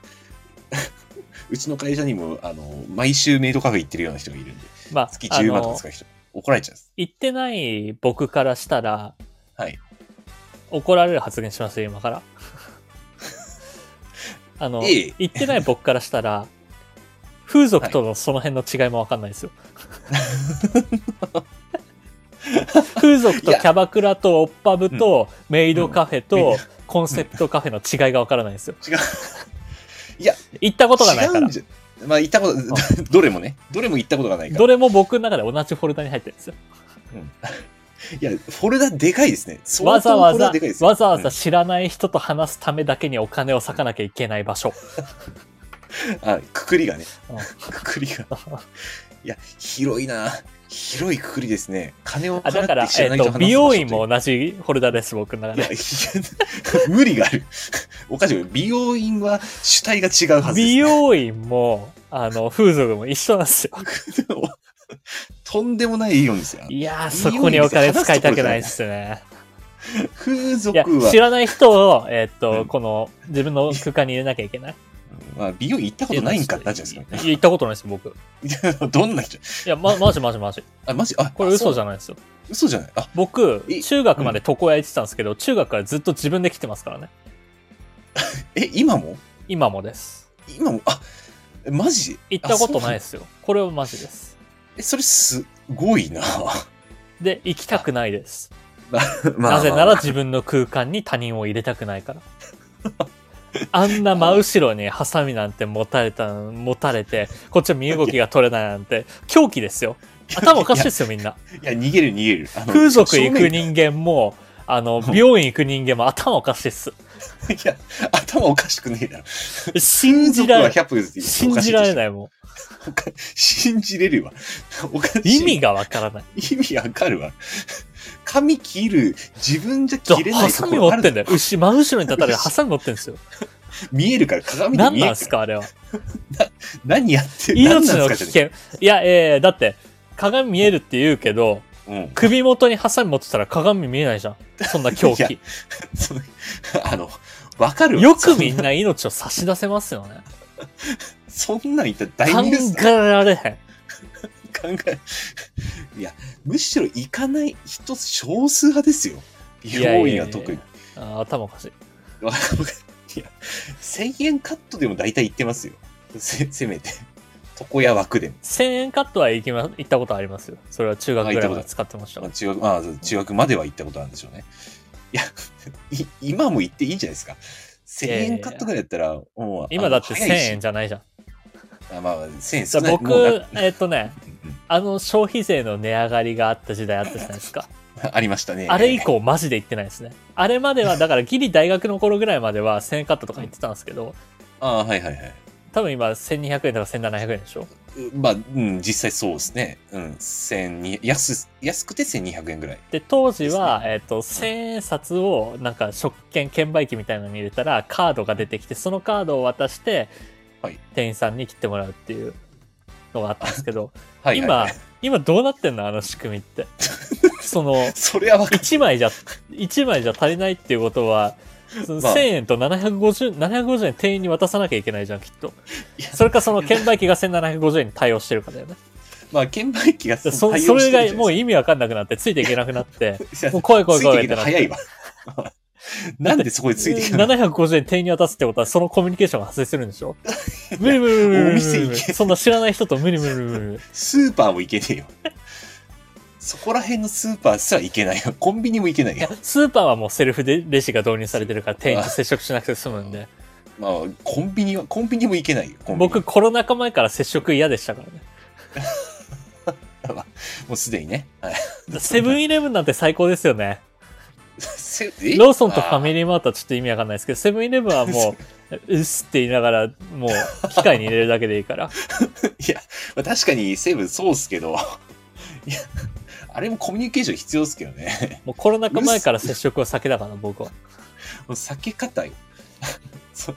[SPEAKER 3] うちの会社にもあの毎週メイドカフェ行ってるような人がいるんで
[SPEAKER 1] まあ
[SPEAKER 3] 月
[SPEAKER 1] あ
[SPEAKER 3] 10万と
[SPEAKER 1] の
[SPEAKER 3] か使う人怒られちゃうんです
[SPEAKER 1] 言ってない僕からしたら
[SPEAKER 3] はい
[SPEAKER 1] 怒られる発言しますよ今 からあの
[SPEAKER 3] いい
[SPEAKER 1] 言ってない僕からしたら風俗とのその辺の違いも分かんないですよ、風俗とキャバクラとオッパブとメイドカフェ
[SPEAKER 3] うんう
[SPEAKER 1] と
[SPEAKER 3] ん
[SPEAKER 1] コンセプトカフェの違いが分からないですよ
[SPEAKER 3] 違ういや
[SPEAKER 1] 行ったことがないか
[SPEAKER 3] 違う
[SPEAKER 1] ら
[SPEAKER 3] んじゃまあ行ったこと、 どれもね、どれも行ったことがないから。
[SPEAKER 1] どれも僕の中で同じフォルダに入ってるんですよ
[SPEAKER 3] いや、フォルダでかいですね。
[SPEAKER 1] わざわざ
[SPEAKER 3] 相当フォルダでかいですよ
[SPEAKER 1] わざわ
[SPEAKER 3] う
[SPEAKER 1] ざ知らない人と話すためだけにお金を割かなきゃいけない 場所
[SPEAKER 3] んあ、くくりがね
[SPEAKER 1] うん。
[SPEAKER 3] くくりが。いや、広いな。広いくくりですね。金を
[SPEAKER 1] あ
[SPEAKER 3] 払
[SPEAKER 1] だから
[SPEAKER 3] って、知
[SPEAKER 1] え
[SPEAKER 3] らな
[SPEAKER 1] っ
[SPEAKER 3] いと話す場所
[SPEAKER 1] と、美容院も同じフォルダです、僕の中
[SPEAKER 3] いや。い
[SPEAKER 1] で。
[SPEAKER 3] や、無理がある。 おかしい。美容院は主体が違うはずです。
[SPEAKER 1] 美容院も、あの、風俗も一緒なんですよ。
[SPEAKER 3] とんでもないイオンですよ。
[SPEAKER 1] いやー、そこにお金使いたくないですね。
[SPEAKER 3] 風
[SPEAKER 1] いや
[SPEAKER 3] 俗、は
[SPEAKER 1] 知、らない人を、えっ
[SPEAKER 3] う
[SPEAKER 1] と、
[SPEAKER 3] ん
[SPEAKER 1] この、自分の空間に入れなきゃいけない。
[SPEAKER 3] まあ、美容院行ったことないんかってなっちゃうんですよ
[SPEAKER 1] いや行ったことないです、僕。い
[SPEAKER 3] ね。 どんな人
[SPEAKER 1] や、ま、マジマジ マジ。
[SPEAKER 3] あ、マジあ、
[SPEAKER 1] これ嘘じ
[SPEAKER 3] ゃ
[SPEAKER 1] ゃないですよ。
[SPEAKER 3] 嘘じゃない。あ、
[SPEAKER 1] 僕、
[SPEAKER 3] い
[SPEAKER 1] 中学まで床屋行ってたんですけど、中学からずっと自分で来てますからね。
[SPEAKER 3] え、今も
[SPEAKER 1] 今もです。
[SPEAKER 3] 今も、あ、マジ
[SPEAKER 1] 行ったことない
[SPEAKER 3] あ
[SPEAKER 1] で
[SPEAKER 3] そう
[SPEAKER 1] すよ。これはマジです。
[SPEAKER 3] え、それすごいな。
[SPEAKER 1] で、行きたくないです。
[SPEAKER 3] まあ
[SPEAKER 1] なぜなら、自分の空間に他人を入れたくないから。あんな真後ろにハサミなんて持たれたの持たれて、こっちは身動きが取れないなんて、狂気ですよ。頭おかしいですよ、みんな。
[SPEAKER 3] いや、いや逃げる逃げる。あの
[SPEAKER 1] 風俗行く
[SPEAKER 3] 正面
[SPEAKER 1] 人間も、あの、
[SPEAKER 3] うん
[SPEAKER 1] 病院行く人間も頭おかしいっす。
[SPEAKER 3] いや、頭おかしくねえだろ。
[SPEAKER 1] 信じられない。
[SPEAKER 3] 風俗は100です
[SPEAKER 1] 信じられ
[SPEAKER 3] い。
[SPEAKER 1] ないも
[SPEAKER 3] おか信じれるわ。おか
[SPEAKER 1] ん。
[SPEAKER 3] しい。
[SPEAKER 1] 意味がわからない。
[SPEAKER 3] 意味わかるわ。髪切る、自分じゃ
[SPEAKER 1] じゃ
[SPEAKER 3] 切れな
[SPEAKER 1] ハ
[SPEAKER 3] い
[SPEAKER 1] サ
[SPEAKER 3] と
[SPEAKER 1] ミ
[SPEAKER 3] こ
[SPEAKER 1] 持
[SPEAKER 3] ろあ
[SPEAKER 1] って
[SPEAKER 3] る
[SPEAKER 1] んだよ。牛、真後ろに立たれてハサミ持ってんですよ。
[SPEAKER 3] 見えるから鏡で
[SPEAKER 1] 何
[SPEAKER 3] 見え
[SPEAKER 1] なん
[SPEAKER 3] る
[SPEAKER 1] す
[SPEAKER 3] から。
[SPEAKER 1] か、あれは。
[SPEAKER 3] 何やってる
[SPEAKER 1] 命の危。
[SPEAKER 3] 何なんすか
[SPEAKER 1] 険。いや、えー、だって、鏡見えるって言うけど、
[SPEAKER 3] じゃねうん。
[SPEAKER 1] 首元にハサミ持ってたら鏡見えないじゃん。そんな狂
[SPEAKER 3] いや
[SPEAKER 1] 気。
[SPEAKER 3] そのあの、わかるわ
[SPEAKER 1] よくみんな命を差し出せますよね。
[SPEAKER 3] そんなん言った ら大
[SPEAKER 1] 考
[SPEAKER 3] ニュースだ
[SPEAKER 1] えられへん。
[SPEAKER 3] 考え、 いや、むしろ行かない人少数派ですよ。美容院は特
[SPEAKER 1] い
[SPEAKER 3] に
[SPEAKER 1] や。あー頭おかしい。
[SPEAKER 3] わかるわかるいや、1000円カットでも大体行ってますよ。せ、せめて。床屋枠でも。
[SPEAKER 1] 1000円カットは行き、ま、行ったことありますよ。それは中学ぐらいまで使ってました
[SPEAKER 3] まあ、。中学、まあ、中学までは行ったことあるんでしょうね。いや、い今も行っていいんじゃないですか。1000
[SPEAKER 1] いやいやい
[SPEAKER 3] 円
[SPEAKER 1] や
[SPEAKER 3] カットぐらいだったら、もう、
[SPEAKER 1] 今だって1000円
[SPEAKER 3] じ
[SPEAKER 1] じゃないじゃん。
[SPEAKER 3] ゃん。あまあ、1000円
[SPEAKER 1] じゃ
[SPEAKER 3] 少
[SPEAKER 1] あ
[SPEAKER 3] ない。
[SPEAKER 1] 僕
[SPEAKER 3] もうな、
[SPEAKER 1] えっとね、あの消費税の値上がりがあった時代あったじゃないです か。
[SPEAKER 3] ありましたね。
[SPEAKER 1] あれ以降マジで行ってないですね。あれまでは、だからギリ大学の頃ぐらいまでは1000円カットとか行ってたんですけど、
[SPEAKER 3] ああ、はいはいはい。
[SPEAKER 1] 多分今1200円とか1700円でしょ
[SPEAKER 3] まあ、うん、実際そうですね。うん、1200安、安くて1200円ぐらい。
[SPEAKER 1] で当時は、
[SPEAKER 3] ですね
[SPEAKER 1] えっと1000円札をなんか食券券売機みたいなのに入れたらカードが出てきてそのカードを渡して、
[SPEAKER 3] はい
[SPEAKER 1] 店員さんに切ってもらうっていうのがあったんですけど
[SPEAKER 3] はいはい、はい。
[SPEAKER 1] 今今どうなってんのあの仕組みって その
[SPEAKER 3] それはわか
[SPEAKER 1] 1枚じゃ1枚じゃ足りないっていうことはその
[SPEAKER 3] まあ
[SPEAKER 1] 1000円と750 750円店員に渡さなきゃいけないじゃんきっと
[SPEAKER 3] いや
[SPEAKER 1] それかその券売機が1750円に対応してるかだよね
[SPEAKER 3] まあ、券売機が
[SPEAKER 1] で
[SPEAKER 3] 対応
[SPEAKER 1] そ
[SPEAKER 3] して
[SPEAKER 1] そ
[SPEAKER 3] るじ
[SPEAKER 1] れが
[SPEAKER 3] ゃないですか
[SPEAKER 1] もう意味わかんなくな ってついていけなくなって
[SPEAKER 3] いや
[SPEAKER 1] もう怖い怖い怖い
[SPEAKER 3] ついてきて
[SPEAKER 1] ってなって
[SPEAKER 3] 早い わ。なんでそこでついてきたの
[SPEAKER 1] 750円店員に渡すってことはそのコミュニケーションが発生するんでし ょ無理無理無理無理無理無理
[SPEAKER 3] お店行け
[SPEAKER 1] そんな知らない人と無理無理無理 無理
[SPEAKER 3] スーパーも行けねえよ。そこら辺のスーパーすら行けないよ。コンビニも行けない
[SPEAKER 1] いや
[SPEAKER 3] よ。
[SPEAKER 1] スーパーはもうセルフでレジが導入されてるから店員と接触しなくて済むんで
[SPEAKER 3] まあ、コンビニは、コンビニも行けないよ。コンビニ
[SPEAKER 1] 僕コロナ禍前から接触嫌でしたから ね
[SPEAKER 3] もうすでにね。はい
[SPEAKER 1] セブンイレブンなんて最高ですよね
[SPEAKER 3] せえ
[SPEAKER 1] ローソンとファミリーマートはちょっと意味わかんないですけどセブンイレブンはもう「うっす」って言いながらもう機械に入れるだけでいいから
[SPEAKER 3] いや、まあ確かにセブンそうっすけど、いや、あれもコミュニケーション必要っすけどね。
[SPEAKER 1] もうコロナ禍前から接触を避けたから僕は
[SPEAKER 3] もう避け方よ。 そ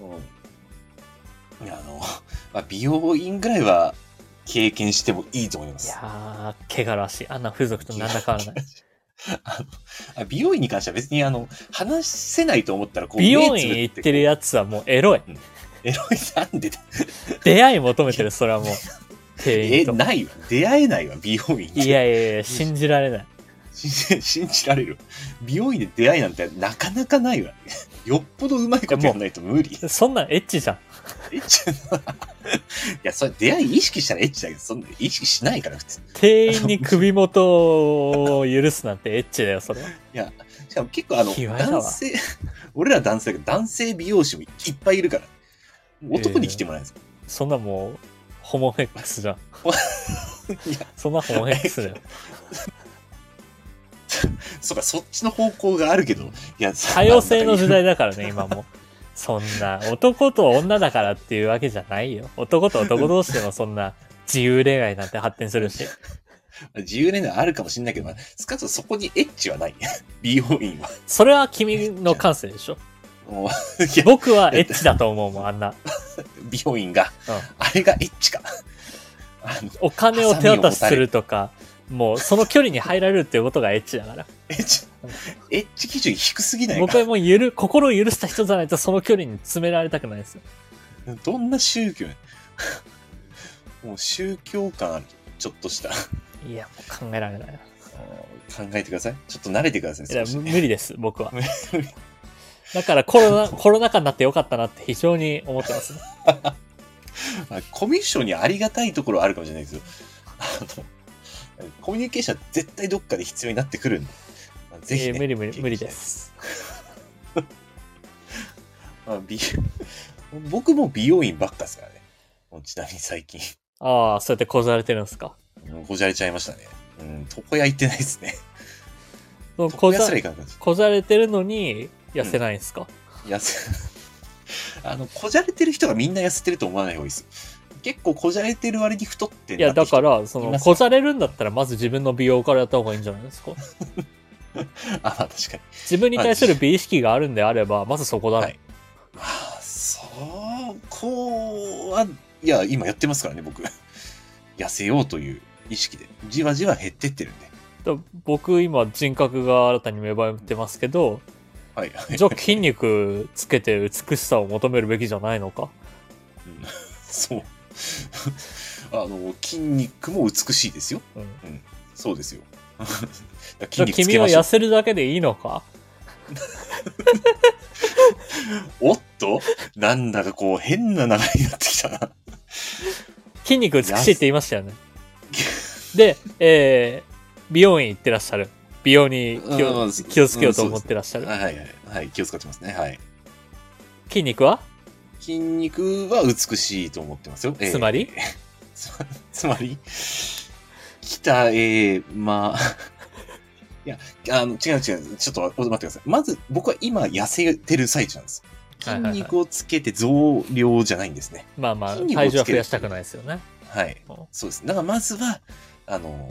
[SPEAKER 3] うんいや、あの、まあ、美容院ぐらいは経験してもいいと思いま
[SPEAKER 1] い
[SPEAKER 3] す。
[SPEAKER 1] やー汚らしいあんな風俗と何ら変わらない
[SPEAKER 3] あのあ美容院に関しては別にあの話せないと思ったらこう
[SPEAKER 1] 美容院行ってるやつはもうエロい。
[SPEAKER 3] 目つぶってエロいなんでだ
[SPEAKER 1] 出会い求めてる、それはもう。店
[SPEAKER 3] え
[SPEAKER 1] 員と。
[SPEAKER 3] ないわ出会えないわ美容院
[SPEAKER 1] いやいやいや、信じられない。
[SPEAKER 3] 信じ 信じられる美容院で出会いなんてなかなかないわ よっぽどうまいことやんないと無理い
[SPEAKER 1] そんなんエッチじゃん。
[SPEAKER 3] やそれ出会い意識したらエッチだけどそんな意識しないから普通
[SPEAKER 1] 店員に首元を許すなんてエッチだよ、それは。
[SPEAKER 3] しかも結構あの
[SPEAKER 1] 卑猥だわ
[SPEAKER 3] 男性 俺ら男性だけど男性美容師もいっぱいいるから男に来てもらえないです
[SPEAKER 1] そんなもう、ホモフェックスじゃん。
[SPEAKER 3] いや
[SPEAKER 1] そんなホモフェックスだよ。
[SPEAKER 3] そうかそっちの方向があるけどいや
[SPEAKER 1] 多様性 の時
[SPEAKER 3] 代
[SPEAKER 1] 代だからね、今も。そんな、男と女だからっていうわけじゃないよ。男と男同士でもそんな自由恋愛なんて発展するし。
[SPEAKER 3] 自由恋愛あるかもしれないけど、まあ少なくともそこにエッチはない。 美容院は。
[SPEAKER 1] それは君の感性でしょ。
[SPEAKER 3] もう いや
[SPEAKER 1] 僕はエッチだと思うもん、あんな。
[SPEAKER 3] 美容院が、
[SPEAKER 1] うん
[SPEAKER 3] あれがエッチか。 あの、
[SPEAKER 1] お金を手渡しするとか、もうその距離に入られるっていうことがエッチだ から。
[SPEAKER 3] エッチ、エッチ基準低すぎない
[SPEAKER 1] 僕
[SPEAKER 3] か
[SPEAKER 1] はもうゆる、心を許した人じゃないとその距離に詰められたくないですよ。
[SPEAKER 3] どんな 宗教やもう宗教感ある。ちょっとした。
[SPEAKER 1] いや、もう考えられないな。い
[SPEAKER 3] 考えてください。ちょっと慣れてください。
[SPEAKER 1] や
[SPEAKER 3] 少し
[SPEAKER 1] む無理です、僕は
[SPEAKER 3] 無理。
[SPEAKER 1] だからコロ ナ、コロナ禍になってよかったなって非常に思ってます、ね。
[SPEAKER 3] まあコミュ障にありがたいところはあるかもしれないですよ。あの、コミュニケーションは絶対どっかで必要になってくるんで。まあ ぜひ、
[SPEAKER 1] いや
[SPEAKER 3] ね。
[SPEAKER 1] 無理無理、無理です。
[SPEAKER 3] まあ、美 僕も美容院ばっかですからね。もうちなみに最近、
[SPEAKER 1] ああ、そうやってこざれてるんですか。
[SPEAKER 3] うんこじゃれちゃいましたね。うん、床屋行ってないですね。
[SPEAKER 1] そのこ
[SPEAKER 3] 床屋
[SPEAKER 1] ざ
[SPEAKER 3] すら行かなくなっちゃ
[SPEAKER 1] こざれてるのに痩せないんですか、
[SPEAKER 3] う痩せ、 あの、こじゃれてる人がみんな痩せてると思わない方がいいです。結構こじゃれてる割に太ってん。
[SPEAKER 1] いや、だからら、そ
[SPEAKER 3] い
[SPEAKER 1] の、
[SPEAKER 3] ます
[SPEAKER 1] こざれるんだったら、まず自分の美容からやった方がいいんじゃないですか
[SPEAKER 3] あ、まあ確かに。
[SPEAKER 1] 自分に対する美意識があるんであれば、まずそこだろ、
[SPEAKER 3] はいまあ、そう、こうは、いや、今やってますからね、僕。 痩せようという意識で。じわじわ減ってってるんで。
[SPEAKER 1] だ僕今人格が新たに芽生えてますけど
[SPEAKER 3] はい。はい
[SPEAKER 1] じゃあ筋肉つけて美しさを求めるべきじゃないのか
[SPEAKER 3] うんそう。 あの、筋肉も美しいですよ。
[SPEAKER 1] うん
[SPEAKER 3] そうですよ。
[SPEAKER 1] じ ゃ
[SPEAKER 3] 筋
[SPEAKER 1] あ
[SPEAKER 3] 肉つ
[SPEAKER 1] 君
[SPEAKER 3] け
[SPEAKER 1] は
[SPEAKER 3] ましょ
[SPEAKER 1] 痩
[SPEAKER 3] う。
[SPEAKER 1] せるだけでいいのか
[SPEAKER 3] おっとなんだかこう変な流れになってきたな。
[SPEAKER 1] 筋肉美しいって言いましたよね。で、えー美容院行ってらっしゃる。美容に気
[SPEAKER 3] うんま
[SPEAKER 1] を
[SPEAKER 3] あ
[SPEAKER 1] 気をつけようと思ってらっしゃる。
[SPEAKER 3] はいはいはいはい気を使ってますねはい
[SPEAKER 1] 筋肉は
[SPEAKER 3] 筋肉は美しいと思ってますよ、ええ
[SPEAKER 1] つまり
[SPEAKER 3] つまつまり北えー、まあ いやあの違う違うちょっとお待ってくださいまず僕は今痩せてる最中なんです
[SPEAKER 1] はいは
[SPEAKER 3] 筋
[SPEAKER 1] いはい
[SPEAKER 3] 肉をつけて増量じゃないんですね
[SPEAKER 1] まあまあ、
[SPEAKER 3] 筋肉をつける
[SPEAKER 1] 体重は増やしたくないですよね。
[SPEAKER 3] はい
[SPEAKER 1] うん
[SPEAKER 3] そうですだからまずはあの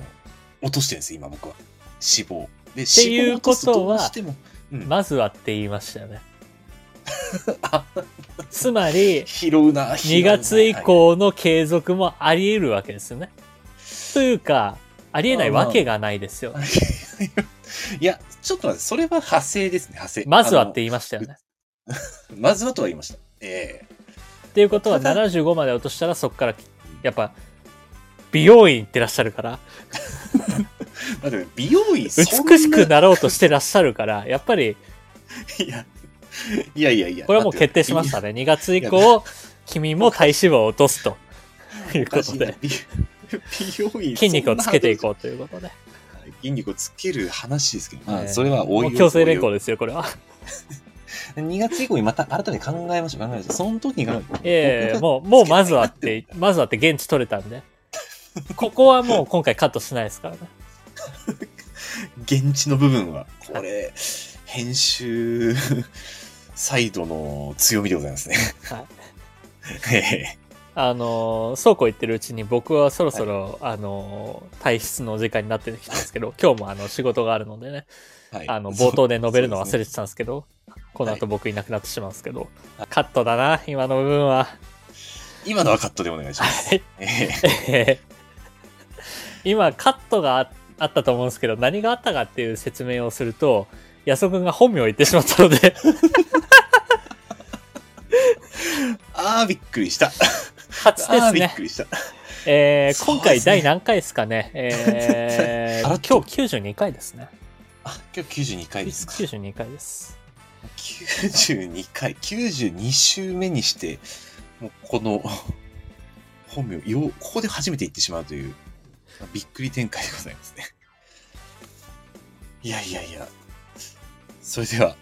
[SPEAKER 3] 落としてるんです今僕は脂肪で脂
[SPEAKER 1] ていう
[SPEAKER 3] 肪を落とすと
[SPEAKER 1] ことは
[SPEAKER 3] どうしてもうん
[SPEAKER 1] まずはって言いましたよ ね。
[SPEAKER 3] あ
[SPEAKER 1] つまり、
[SPEAKER 3] 拾うな拾う
[SPEAKER 1] 2
[SPEAKER 3] な
[SPEAKER 1] 月以降の継続もあり得るわけですよね。というか、ありえないわけがないですよ。
[SPEAKER 3] いや、ちょっと待って、それは派生ですね、派生。
[SPEAKER 1] まずはって言いましたよね。
[SPEAKER 3] あの。まずはとは言いました。え
[SPEAKER 1] っていうことは
[SPEAKER 3] ただ
[SPEAKER 1] 75まで落としたらそこからやっぱ美容院行ってらっしゃるから
[SPEAKER 3] えだって美容院、そんな
[SPEAKER 1] 美しくなろうとしてらっしゃるからやっぱり
[SPEAKER 3] いや、いやいやいや。
[SPEAKER 1] これはもう決定しましたね2月以降君も体脂肪を落とすという
[SPEAKER 3] だ
[SPEAKER 1] こ
[SPEAKER 3] って。
[SPEAKER 1] と
[SPEAKER 3] いや
[SPEAKER 1] で
[SPEAKER 3] 美美容 院
[SPEAKER 1] 筋肉をつけてい
[SPEAKER 3] そん
[SPEAKER 1] こうということで、
[SPEAKER 3] な話筋肉をつける話ですけど、ま
[SPEAKER 1] え
[SPEAKER 3] あ、
[SPEAKER 1] え
[SPEAKER 3] それはおい
[SPEAKER 1] も
[SPEAKER 3] お
[SPEAKER 1] う
[SPEAKER 3] い
[SPEAKER 1] 強制連行ですよこれは
[SPEAKER 3] 2月以降にまた改めて考えましょう、考えましょう。その時に考えましょう
[SPEAKER 1] ええ
[SPEAKER 3] 僕が
[SPEAKER 1] もうもうまずは ってまずはって現地取れたんでここはもう今回カットしないですからね
[SPEAKER 3] 現地の部分は、これ、編集サイドの強みでございますね。
[SPEAKER 1] はい
[SPEAKER 3] ええ。
[SPEAKER 1] あのー倉庫行ってるうちに僕はそろそろ、あのー体質の時間になってきたんですけど今日もあの仕事があるのでね
[SPEAKER 3] はい
[SPEAKER 1] あの冒頭で述べるの忘れ
[SPEAKER 3] て
[SPEAKER 1] てたんですけどこの後
[SPEAKER 3] は
[SPEAKER 1] 僕いなくなってしまうんですけど、
[SPEAKER 3] はい
[SPEAKER 1] カットだな今の部分は
[SPEAKER 3] 今のはカットでお願いします。
[SPEAKER 1] はい
[SPEAKER 3] ええ
[SPEAKER 1] えー今カットがああったと思うんですけど何があったかっていう説明をすると安尾君が本名を言ってしまったの で
[SPEAKER 3] あー、びっく りした。
[SPEAKER 1] 初です
[SPEAKER 3] あー、びっ
[SPEAKER 1] ね
[SPEAKER 3] くりした。
[SPEAKER 1] えー今
[SPEAKER 3] そうで
[SPEAKER 1] 回
[SPEAKER 3] すね
[SPEAKER 1] 第何回ですかねえ
[SPEAKER 3] あら
[SPEAKER 1] ー
[SPEAKER 3] っと
[SPEAKER 1] 今日92回ですね
[SPEAKER 3] あ、今日92回ですか。
[SPEAKER 1] 92回です
[SPEAKER 3] 92回、92週目にして、もうこの、本名、よう、ここで初めて言ってしまうという、まあびっくり展開でございますね。いやいやいや。それでは、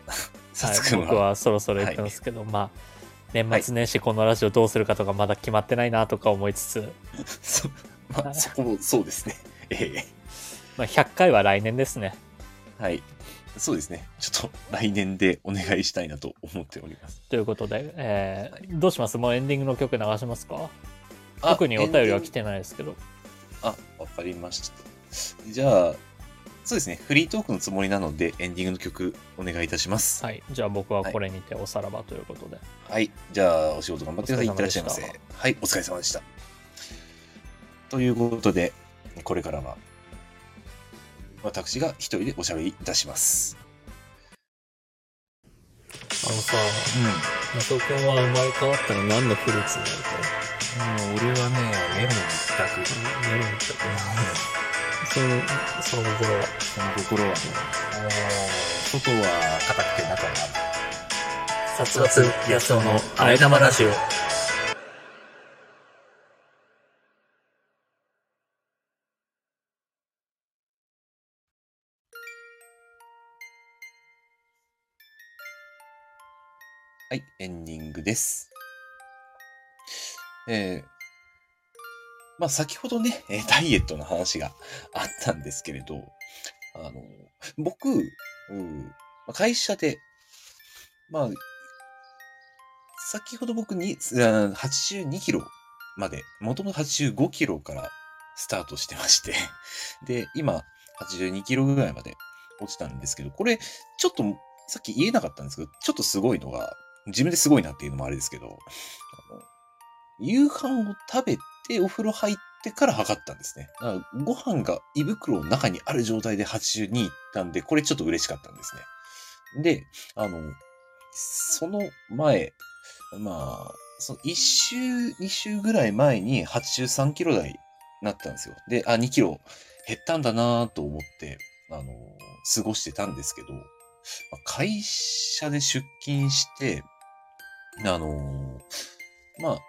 [SPEAKER 3] さつく
[SPEAKER 1] は
[SPEAKER 3] ん
[SPEAKER 1] い、僕
[SPEAKER 3] は、
[SPEAKER 1] はそろそろ行くんですけど、まあ年末年始このラジオどうするかとかまだ決まってないなとか思いつつ、
[SPEAKER 3] そ、まあ、そこもそうですね。え
[SPEAKER 1] まあ、100回は来年ですね
[SPEAKER 3] えはい。そうですね。ちょっと来年でお願いしたいなと思っております。
[SPEAKER 1] ということで、えー
[SPEAKER 3] は
[SPEAKER 1] どうしますもうエンディングの曲流しますか
[SPEAKER 3] あ
[SPEAKER 1] 特にお便りは来てないですけど
[SPEAKER 3] あ、わかりました。じゃあ、そうですね。フリートークのつもりなので、エンディングの曲お願いいたします。
[SPEAKER 1] はいじゃあ僕はこれにておさらばということで、
[SPEAKER 3] はい。じゃあ、お仕事頑張ってください。い
[SPEAKER 1] お
[SPEAKER 3] っ
[SPEAKER 1] 疲
[SPEAKER 3] て
[SPEAKER 1] れ様で
[SPEAKER 3] らっ
[SPEAKER 1] し
[SPEAKER 3] したゃいませ。はい。お疲れ様でした。ということで、これからは、私が一人でおしゃべりいたします。
[SPEAKER 1] あのさ
[SPEAKER 3] うん。
[SPEAKER 1] 中尾君は生まれ変わったら何のフルーツになる
[SPEAKER 2] 俺はね、メロン一択。
[SPEAKER 1] かメロンってそのその心は
[SPEAKER 2] その心はね、外は硬くて中は
[SPEAKER 1] 殺伐安尾のあえ玉ラジオ
[SPEAKER 3] はい、エンディングです。えー、まあ先ほどね、えーダイエットの話があったんですけれど、あの、僕、うんまあ会社で、まあ、先ほど僕に、あー82キロまで、もともと85キロからスタートしてまして、 で、今、82キロぐらいまで落ちたんですけど、これ、ちょっと、さっき言えなかったんですけど、ちょっとすごいのが、自分ですごいなっていうのもあれですけど、あの夕飯を食べてお風呂入ってから測ったんですね。だからご飯が胃袋の中にある状態で82いったんで、これちょっと嬉しかったんですね。で、あの、その前、まあ、その1週、2週ぐらい前に83キロ台になったんですよ。で、あ、2キロ減ったんだなと思って、あの、過ごしてたんですけど、まあ会社で出勤して、あのーまあ、こ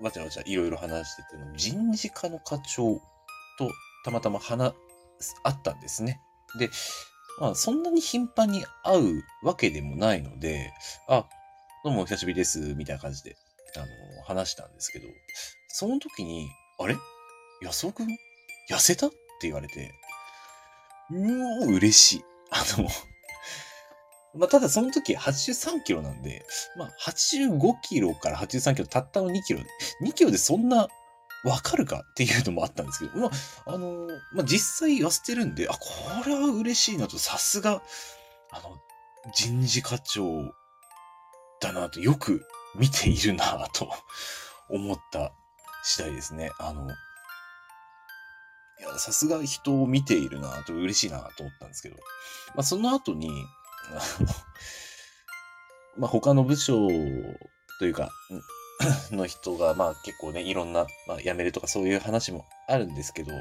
[SPEAKER 3] うわちゃわちゃいろいろ話してても、人事課の課長とたまたま話す、あったんですね。で、まあ、そんなに頻繁に会うわけでもないので、あ、どうもお久しぶりです、みたいな感じで、あの、話したんですけど、その時に、あれ安尾くん痩せたって言われて、うおー、嬉しい。あの、まあ、ただその時83キロなんで、まあ、85キロから83キロ、たったの2キロ、2キロでそんな、わかるかっていうのもあったんですけど、まあ、あの、まあ、実際痩せてるんで、あ、これは嬉しいなと、さすが、あの、人事課長だなと、よく見ているなと思った次第ですね。あの、いや、さすが人を見ているなと、嬉しいなと思ったんですけど、まあ、その後に、あの まあ、他の部署というか、ん の人が、まあ結構ね、いろんな、まあ辞めるとかそういう話もあるんですけど、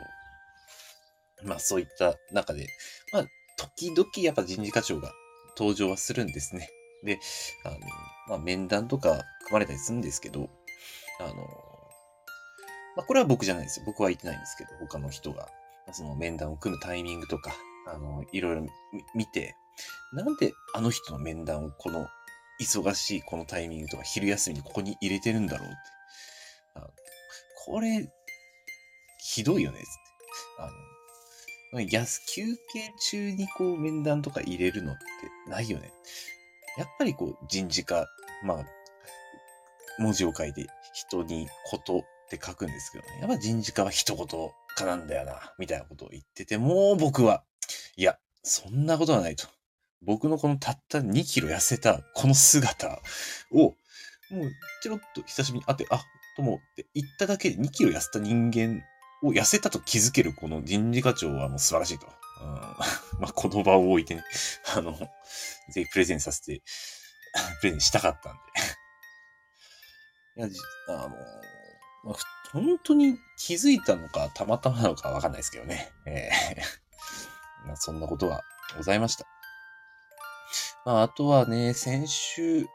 [SPEAKER 3] まあそういった中で、まあ時々やっぱ人事課長が登場はするんですね。で、あの、まあ面談とか組まれたりするんですけど、あの、まあこれは僕じゃないですよ。僕は言ってないんですけど、他の人が、まあその面談を組むタイミングとか、あの、いろいろみ見て、なんであの人の面談をこの忙しいこのタイミングとか昼休みにここに入れてるんだろうって。あのこれ、ひどいよねっつって。あの、やす休憩中にこう面談とか入れるのってないよね。やっぱりこう人事課、まあ、文字を書いて人にことって書くんですけどね。やっぱ人事課は一言かなんだよな、みたいなことを言ってて、もう僕は、いや、そんなことはないと。僕のこのたった2キロ痩せたこの姿を、もうちょろっと久しぶりに会って、あ、ともって言っただけで2キロ痩せた人間を痩せたと気づけるこの人事課長はもう素晴らしいと。うん、 まあ、この場を置いてね、あの、ぜひプレゼンさせて、 プレゼンしたかったんで。 いや、じあの、まあふ本当に気づいたのか、たまたまなのかわかんないですけどね。えー まあ、そんなことがございました。まあ、あとはね、先週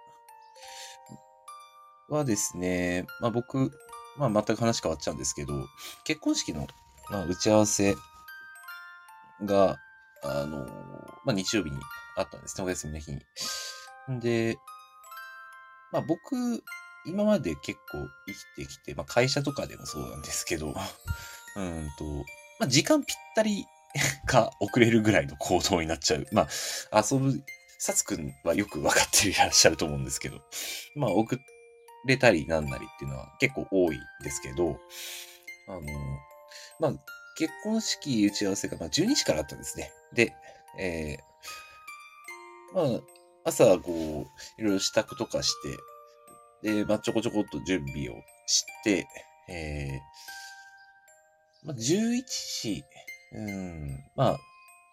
[SPEAKER 3] はですね、まあ僕、まあ全く話変わっちゃうんですけど、結婚式の、まあ、打ち合わせが、あの、まあ日曜日にあったんですね、お休みの日に。んで、まあ僕、今まで結構生きてきて、まあ会社とかでもそうなんですけど、う ーんと、まあ時間ぴったり か遅れるぐらいの行動になっちゃう。まあ遊ぶサツくんはよく分かっていらっしゃると思うんですけど、 まあ、遅れたりなんなりっていうのは結構多いんですけど、あの、まあ、結婚式打ち合わせが、まあ、12時からあったんですね。で、えー、まあ、朝、こう、いろいろ支度とかして、で、まあ、ちょこちょこっと準備をして、えー、まあ、11時、うん、まあ、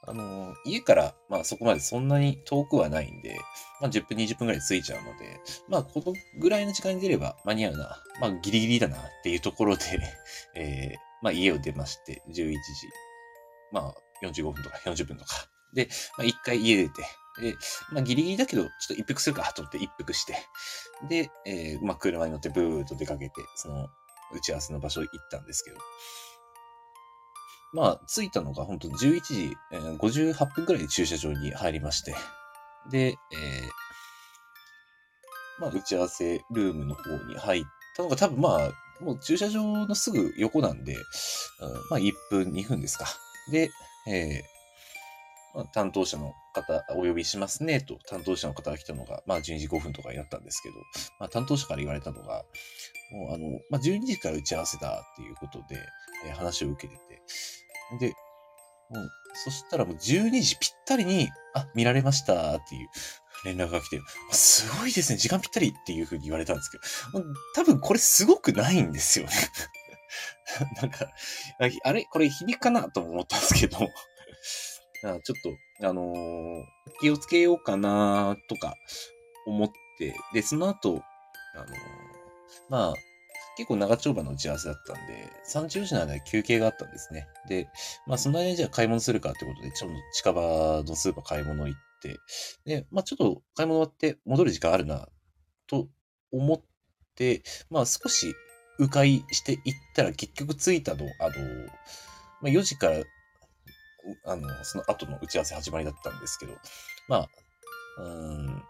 [SPEAKER 3] あの、家から、まあそこまでそんなに遠くはないんで、まあ10分20分ぐらい着いちゃうので、まあこのぐらいの時間に出れば間に合うな、まあギリギリだなっていうところで、 えーまあ家を出まして、11時、まあ45分とか40分とか。で、まあ一回家出て、で、まあギリギリだけど、ちょっと一服するかと思って一服して、で、えーまあ車に乗ってブーッと出かけて、その打ち合わせの場所行ったんですけど、まあ、着いたのが本当11時えー58分くらいで駐車場に入りまして、で、えーまあ、打ち合わせルームの方に入ったのが多分まあ、もう駐車場のすぐ横なんで、うんまあ1分、2分ですか。で、えーまあ、担当者の方、お呼びしますね、と、担当者の方が来たのが、まあ12時5分とかになったんですけど、まあ担当者から言われたのが、もうあの、まあ12時から打ち合わせだっていうことで、えー話を受けてて、で、もう、そしたらもう12時ぴったりに、あ、見られましたっていう連絡が来て、すごいですね、時間ぴったりっていうふうに言われたんですけど、もう多分これすごくないんですよね。 なんか、あれこれ皮肉かなとも思ったんですけど、 あちょっと、あのー気をつけようかなとか思って、で、その後、あのーまあ、結構長丁場の打ち合わせだったんで、3、4時の間に休憩があったんですね。で、まあその間にじゃあ買い物するかってことで、ちょっと近場のスーパー買い物行って、で、まあちょっと買い物終わって戻る時間あるな、と思って、まあ少し迂回していったら結局着いたの、あの、まあ、4時から、うあの、その後の打ち合わせ始まりだったんですけど、まあ、うーん、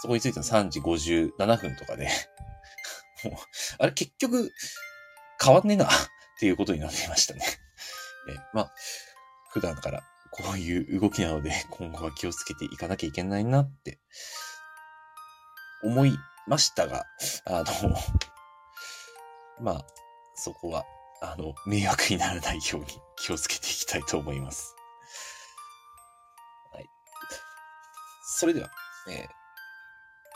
[SPEAKER 3] そこに着いたの3時57分とかで、 もう、あれ結局、変わんねえな、っていうことになっていましたね。えまあ、普段からこういう動きなので、 今後は気をつけていかなきゃいけないなって、思いましたが、あの、 まあ、そこは、あの、迷惑にならないように気をつけていきたいと思います。はい。それでは、えー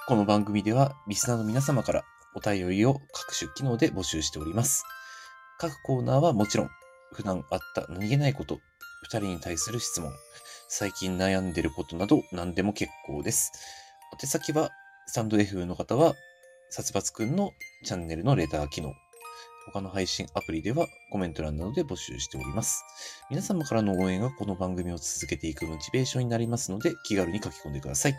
[SPEAKER 3] この番組では、リスナーの皆様からお便りを各種機能で募集しております。各コーナーはもちろん、普段あった何気ないこと、二人に対する質問、最近悩んでることなど何でも結構です。宛先は、スタンド F の方は、殺伐くんのチャンネルのレター機能。他の配信アプリではコメント欄などで募集しております。皆様からの応援がこの番組を続けていくモチベーションになりますので気軽に書き込んでください。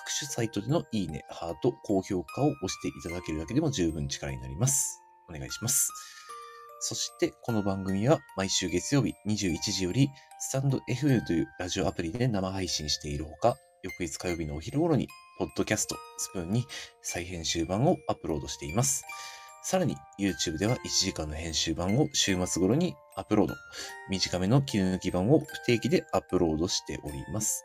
[SPEAKER 3] 各種サイトでのいいね、ハート、高評価を押していただけるだけでも十分力になります。お願いします。そして、この番組は毎週月曜日21時より、スタンド FM というラジオアプリで生配信しているほか、翌日火曜日のお昼頃に、ポッドキャスト、スプーンに再編集版をアップロードしています。さらに、YouTube では1時間の編集版を週末頃にアップロード。短めの切り抜き版を不定期でアップロードしております。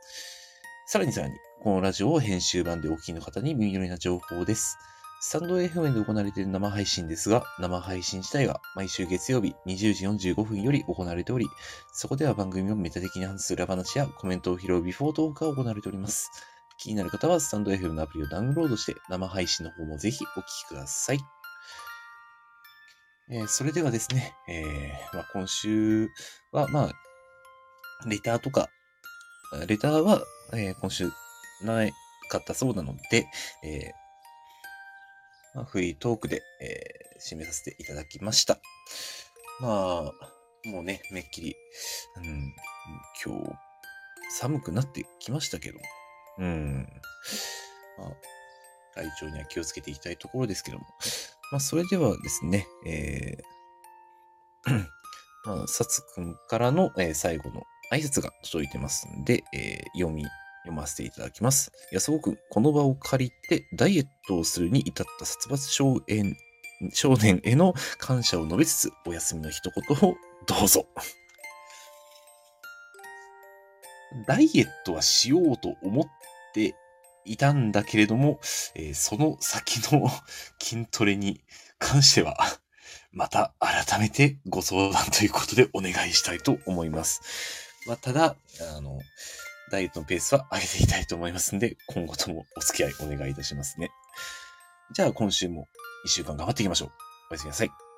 [SPEAKER 3] さらにさらに、このラジオを編集版でお聞きの方に耳寄りな情報です。スタンド FM で行われている生配信ですが、生配信自体は毎週月曜日20時45分より行われており、そこでは番組のメタ的な裏話やコメントを拾うビフォートークが行われております。気になる方はスタンド FM のアプリをダウンロードして生配信の方もぜひお聞きください。えーそれではですね、えーまあ、今週は、まあ、レターとか、あレターは、えー今週なかったそうなので、えーまあ、フリートークで、えー締めさせていただきました。まあ、もうね、めっきり、うん、今日、寒くなってきましたけど、うん、まあ、体調には気をつけていきたいところですけども、まあ、それではですね、えー まあ、さつくんからの、えー最後の挨拶が届いてますんで、えー読み読ませていただきます。安尾くん、この場を借りてダイエットをするに至った殺伐少年少年への感謝を述べつつ、お休みの一言をどうぞ。ダイエットはしようと思っていたんだけれども、えーその先の筋トレに関しては、また改めてご相談ということでお願いしたいと思います。まあ、ただ、あの、ダイエットのペースは上げていきたいと思いますんで、今後ともお付き合いお願いいたしますね。じゃあ今週も一週間頑張っていきましょう。おやすみなさい。